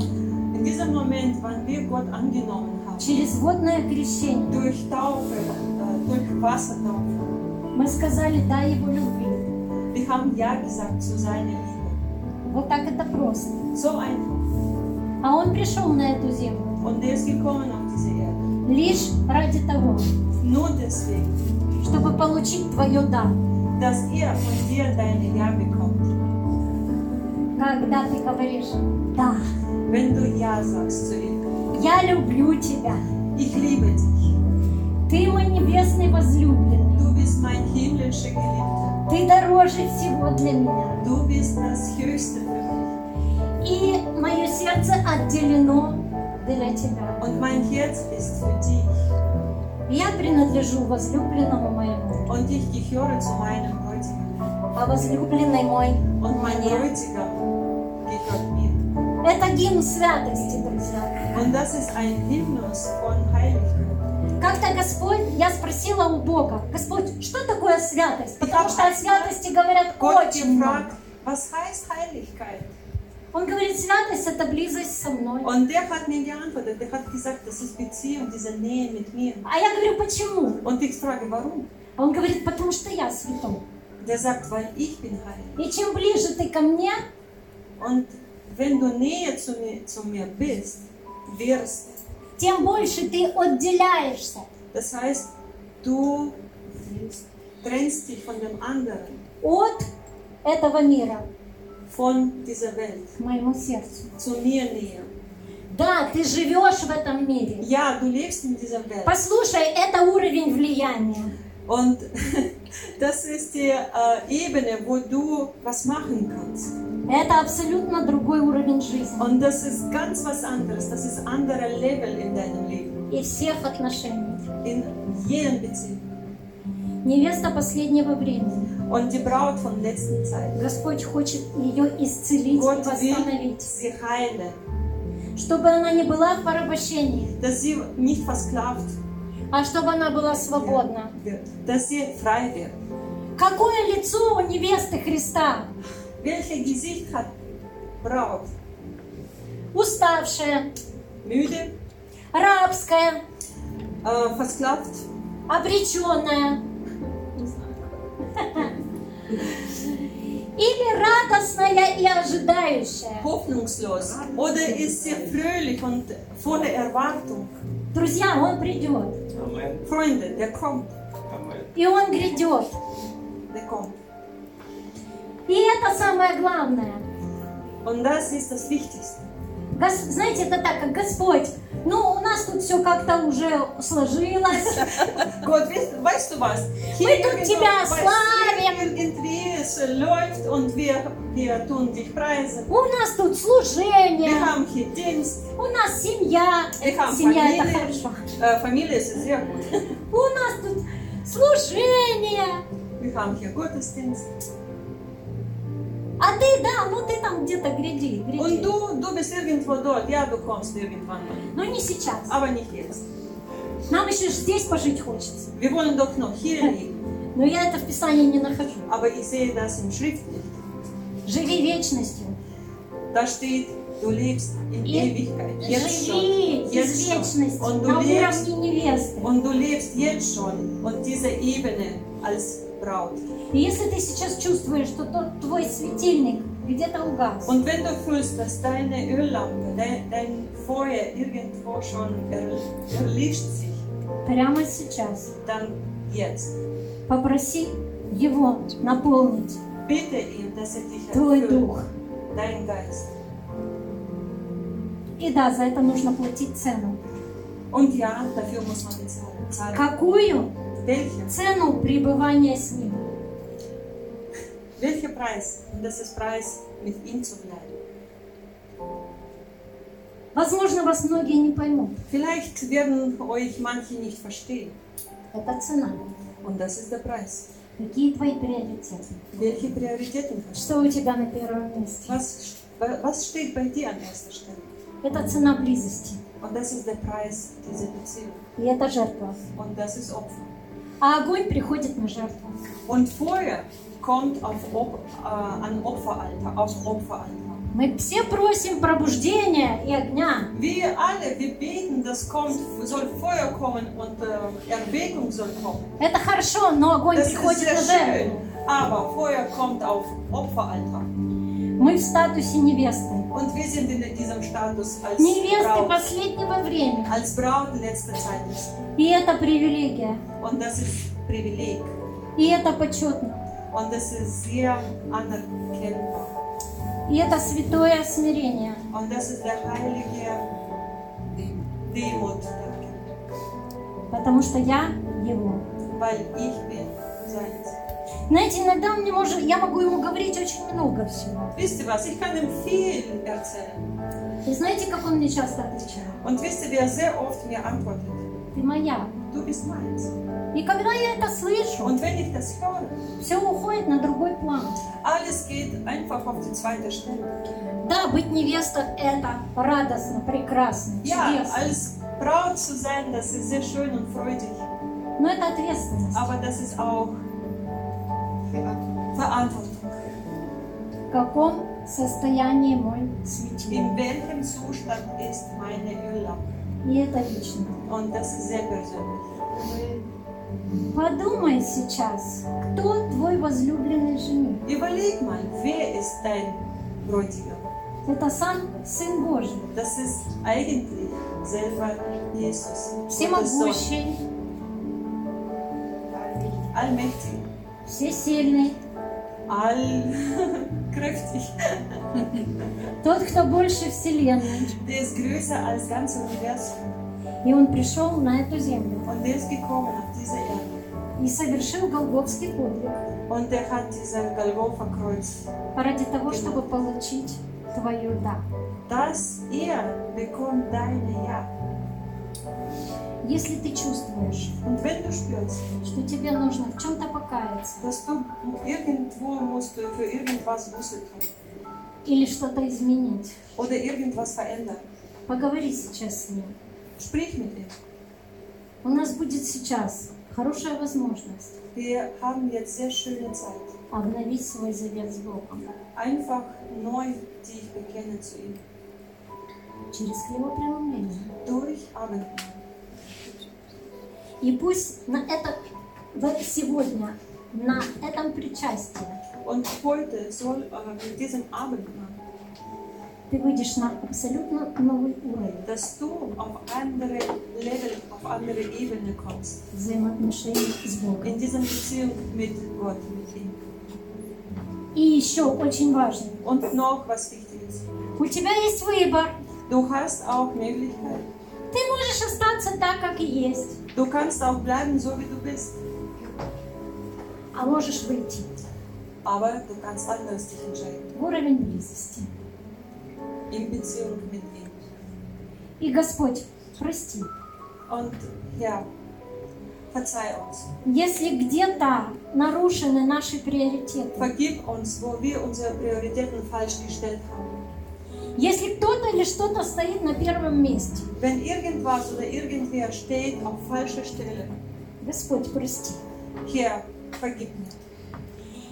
B: In diesem Moment, wann wir Gott angenommen haben,
C: через водное крещение,
B: durch Taufe, äh, durch Wassertaufe.
C: мы сказали «да» его любви.
B: Wir haben Ja gesagt zu seiner Liebe.
C: Вот так это просто.
B: So einfach.
C: А он пришел на эту землю
B: Und er ist gekommen auf diese Erde.
C: лишь ради того,
B: Nur deswegen,
C: чтобы получить твое «да».
B: dass er von dir deine Ja bekommt.
C: Когда ты говоришь «да»,
B: Wenn du Ja sagst zu ihm,
C: я люблю тебя,
B: ich liebe dich.
C: ты мой небесный возлюбленный,
B: Du bist mein himmlischer Geliebter.
C: ты дороже всего для меня.
B: Du bist das Höchste für mich.
C: И мое сердце отделено для тебя.
B: Und mein Herz ist für dich.
C: Я принадлежу возлюбленному моему,
B: Und ich gehöre zu meinem Bräutigam.
C: а возлюбленный мой
B: Und mein
C: мне.
B: Bräutigam gehört mir.
C: Это гимн святости, друзья.
B: Und das ist ein Hymnus von Heiligkeit.
C: Как-то Господь, я спросила у Бога, Господь, что такое святость? Потому что о святости говорят
B: Gott
C: очень много.
B: gefragt, was heißt Heiligkeit?
C: Он говорит, святость – это близость со мной.
B: Und der hat mir geantwortet, der hat gesagt, das ist Beziehung, diese Nähe mit mir.
C: А я говорю, почему?
B: Und ich frage, warum?
C: А Он говорит, потому что я святой.
B: Der sagt, weil ich bin heilig.
C: И чем ближе ты ко мне,
B: Und wenn du Nähe zu mir, zu mir bist, wirst,
C: тем больше ты отделяешься.
B: das heißt, du trennst dich von dem anderen,
C: от этого мира
B: von dieser Welt,
C: к моему сердцу.
B: zu mir näher.
C: Да, ты живешь в этом мире.
B: Ja, du lebst in dieser Welt.
C: Послушай, это уровень влияния.
B: Und Das ist die äh, Ebene, wo du was machen kannst.
C: Это абсолютно другой уровень жизни
B: Und das ist ganz was anderes. Das ist anderer Level in deinem Leben,
C: и всех отношений.
B: in jeder Beziehung.
C: Невеста последнего времени.
B: Und die Braut von letzter Zeit.
C: Господь хочет ее исцелить и
B: Gott will
C: восстановить,
B: sie heilen,
C: чтобы она не была в порабощении,
B: dass sie nicht versklavt
C: а чтобы она была свободна.
B: wird, dass sie frei wird.
C: Какое лицо у невесты Христа?
B: Welches Gesicht hat Braut?
C: Уставшая,
B: Müde,
C: рабская,
B: äh, versklavt,
C: обреченная. Или радостная и ожидающая.
B: hoffnungslos oder ist sie fröhlich und voller Erwartung?
C: Друзья, Он придет.
A: Amen.
B: Freunde, der kommt,
A: Amen.
C: И Он грядет.
B: der kommt.
C: И это самое главное.
B: Und das ist das Wichtigste.
C: Гос- Знаете, это так, как Господь. Ну, у нас тут все как-то уже сложилось.
B: Gott, weißt, weißt du was? genau,
C: Мы тут
B: irgendwo
C: тебя
B: bei
C: славим.
B: Irgendwie es läuft und wir, wir tun dich preisen.
C: У нас тут
B: Wir
C: служение.
B: haben hier Dienst,
C: У нас семья.
B: Эхам,
C: Семья это
B: фамилия.
C: хорошо.
B: äh, Familie ist sehr gut.
C: У нас тут служение.
B: Wir haben hier Gottesdienst.
C: А ты, да, ну ты там где-то гряди,
B: Und
C: гряди.
B: du, du bist irgendwo dort. Ja, du kommst irgendwann mal.
C: Но не сейчас.
B: Aber nicht jetzt.
C: Нам еще ж здесь пожить хочется.
B: Wir wollen doch noch hier leben.
C: Но я это в Писании не нахожу.
B: Aber ich sehe das in Schrift nicht.
C: Живи вечностью.
B: Da steht, du lebst in
C: Ihr-
B: Ewigkeit. Jetzt schon.
C: Живи из
B: Jetzt schon.
C: вечности
B: Он
C: на
B: дулеет.
C: уровне невесты.
B: Und du lebst jetzt schon. Und diese Ebene als Braut.
C: И если ты сейчас чувствуешь, что тот твой светильник где-то угас,
B: Und wenn du fühlst, dass deine Öllampe, dein, dein Feuer irgendwo schon erl- erlischt sich,
C: прямо сейчас
B: dann jetzt.
C: попроси его наполнить
B: Bitte ihn, dass er dich
C: твой
B: erfüllt,
C: дух.
B: dein Geist.
C: И да, за это нужно платить цену.
B: Und ja, dafür muss man bezahlen. Zahlen.
C: Какую
B: Welche?
C: цену пребывания с ним?
B: Welcher Preis? Und das ist Preis, mit ihm zu bleiben.
C: Возможно, вас многие не поймут.
B: Vielleicht werden euch manche nicht verstehen.
C: Это цена.
B: Und das ist der Preis.
C: Какие твои приоритеты?
B: Welche Prioritäten hast
C: Что у тебя на первом
B: du?
C: месте?
B: Was, was steht bei dir an erster Stelle?
C: Это цена близости.
B: Und das ist der Preis dieser Beziehung.
C: И это жертва.
B: Und das ist Opfer.
C: А огонь приходит на жертву.
B: Und Feuer kommt auf Op äh, an Opferalter, auf Opferalter.
C: Мы все просим пробуждения и огня.
B: Wir alle, wir beten, das kommt, soll Feuer kommen und äh, Erweckung soll kommen.
C: Это хорошо, но огонь
B: Das ist
C: приходит
B: sehr
C: на
B: schön.
C: жертву.
B: Aber Feuer kommt auf Opferalter.
C: Мы в статусе невесты.
B: Und wir sind in diesem Status als
C: Невесты
B: Braut,
C: последнего времени.
B: als Braut letzter Zeit.
C: И это привилегия.
B: Und das ist Privileg.
C: И это почетно.
B: Und das ist sehr anerkennbar.
C: И это святое смирение.
B: Und das ist der heilige Demut. danke.
C: Потому что я его.
B: Weil ich bin seins.
C: Знаете, иногда он мне может, я могу ему говорить очень много всего.
B: Wisst ihr was? Ich kann ihm viel erzählen.
C: И знаете, как он мне часто отвечает?
B: Und wisst ihr, wer sehr oft mir antwortet?
C: Ты моя.
B: Du bist meins.
C: И когда я это слышу,
B: Und wenn ich das höre,
C: все уходит на другой план.
B: alles geht einfach auf die zweite Stelle.
C: Да, быть невестой – это радостно, прекрасно,
B: Ja,
C: чудесно.
B: als Braut zu sein, das ist sehr schön und freudig.
C: Но это ответственность.
B: Aber das ist auch Verantwortung.
C: В каком состоянии мой
B: In
C: светильник?
B: welchem Zustand ist meine Öllampe?
C: И это лично.
B: Und das ist sehr persönlich.
C: Подумай сейчас, кто твой возлюбленный жених?
B: Überleg mal, wer ist dein Bräutigam?
C: Это сам Сын Божий,
B: Das ist eigentlich selber Jesus. Gottes Sohn.
C: всемогущий,
B: Allmächtig,
C: всесильный,
B: allkräftig.
C: тот, кто больше Вселенной.
B: Der ist größer als das ganze Universum.
C: И Он пришел на эту землю.
B: Und der ist gekommen auf diese Erde.
C: И и совершил Голгофский подвиг
B: Und er hat diesen Golgotha-Kreuz,
C: ради того, чтобы получить твое «да».
B: dass er bekommt deine Ja.
C: Если ты чувствуешь,
B: Und wenn du spürst,
C: что тебе нужно в чем-то покаяться
B: dass du irgendwo musst du für irgendwas Buße tun
C: или что-то изменить,
B: oder irgendwas verändern,
C: поговори сейчас с ним.
B: sprich mit ihm.
C: У нас будет сейчас хорошая возможность
B: Wir haben jetzt sehr schöne Zeit.
C: обновить свой завет с Богом.
B: Einfach neu dich bekennen zu ihm.
C: через хлебопреломление.
B: Durch Abend.
C: И пусть на это, в- сегодня на этом причастии
B: Und heute soll äh, mit diesem Abendmahl
C: ты выйдешь на абсолютно новый уровень
B: dass du auf andere Level, auf andere Ebene kommst.
C: взаимоотношений с Богом.
B: In dieser Beziehung mit Gott, mit ihm.
C: И еще очень важно,
B: Und noch was Wichtiges.
C: у тебя есть выбор.
B: Du hast auch Möglichkeiten.
C: Ты можешь остаться так, как и есть,
B: Du kannst auch bleiben, so wie du bist.
C: а можешь выйти
B: Aber du kannst anders dich entscheiden.
C: в уровень близости.
B: In Beziehung mit ihm.
C: И Господь, прости,
B: Und ja, verzeih uns.
C: если где-то нарушены наши приоритеты,
B: Vergib uns, wo wir unsere Prioritäten falsch gestellt haben.
C: если кто-то или что-то стоит на первом месте,
B: Wenn irgendwas oder irgendwer steht auf falscher Stelle,
C: Господь, прости.
B: hier, vergib mir.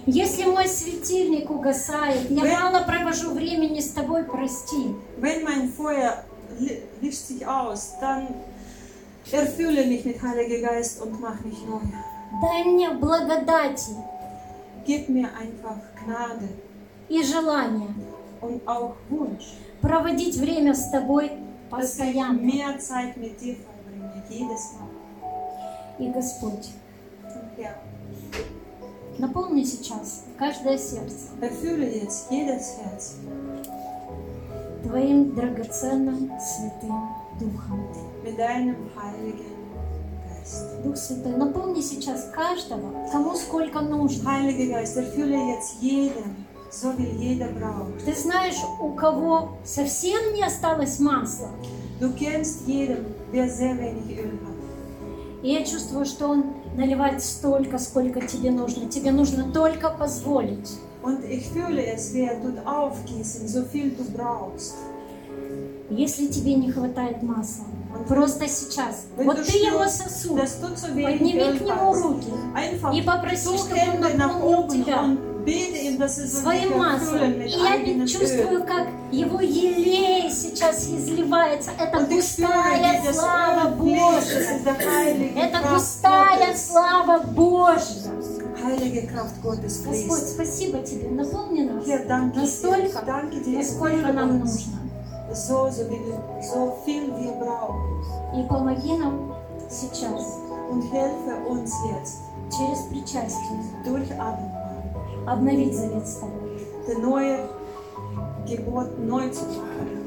C: Если мой светильник угасает, я
B: Вы-
C: мало провожу времени с тобой, прости.
B: Wenn mein Feuer li- löscht sich aus, dann erfülle mich mit Heiliger Geist und mach mich neu.
C: Дай мне благодати
B: Gib mir einfach Gnade
C: и желание
B: und auch Wunsch,
C: проводить время с тобой постоянно.
B: mehr Zeit mit dir verbringe, jedes Mal.
C: И Господь,
B: Und Ja,
C: наполни сейчас каждое сердце
B: erfülle jetzt jedes Herz
C: Твоим драгоценным Святым Духом.
B: mit deinem Heiligen Geist.
C: Дух Святой, наполни сейчас каждого, кому сколько нужно.
B: Heiliger Geist, erfülle jetzt jeden, so wie jeder braucht.
C: Ты знаешь, у кого совсем не осталось масла.
B: Du kennst jeden, der sehr wenig Öl hat.
C: И я чувствую, что Он наливает столько, сколько тебе нужно. Тебе нужно только позволить.
B: Und ich fühle es, wie er tut aufgießen, so viel du brauchst.
C: Если тебе не хватает масла, просто сейчас.
B: Wenn
C: Вот
B: du
C: ты его
B: spürst,
C: сосуд.
B: dass du zu wenig
C: Подними
B: Öl
C: к нему
B: hast,
C: руки.
B: einfach
C: И попроси,
B: so
C: чтобы он
B: Hände nach
C: наполнил
B: oben
C: тебя
B: und bete ihm, dass er so
C: своим
B: dich
C: маслом.
B: erfüllen
C: И
B: mit
C: я
B: eigenem Öl.
C: чувствую, как его елей сейчас изливается. Это
B: Und ich spüre,
C: густая
B: wie das
C: слава
B: Öl fließt, das
C: Божья.
B: ist der heilige
C: Это
B: Kraft
C: густая
B: Gottes.
C: слава Божья.
B: Heilige Kraft Gottes
C: Господь,
B: fließt.
C: спасибо тебе. Наполни нас
B: Herr, danke dir,
C: настолько,
B: danke dir,
C: насколько нам
B: erfülle uns
C: нужно.
B: so, so, wie wir, so viel wir brauchen.
C: И помоги нам сейчас
B: Und helfe uns jetzt
C: через причастие
B: durch Abendmahl.
C: обновить завет с тобой.
B: der neue Geburt neu zu machen.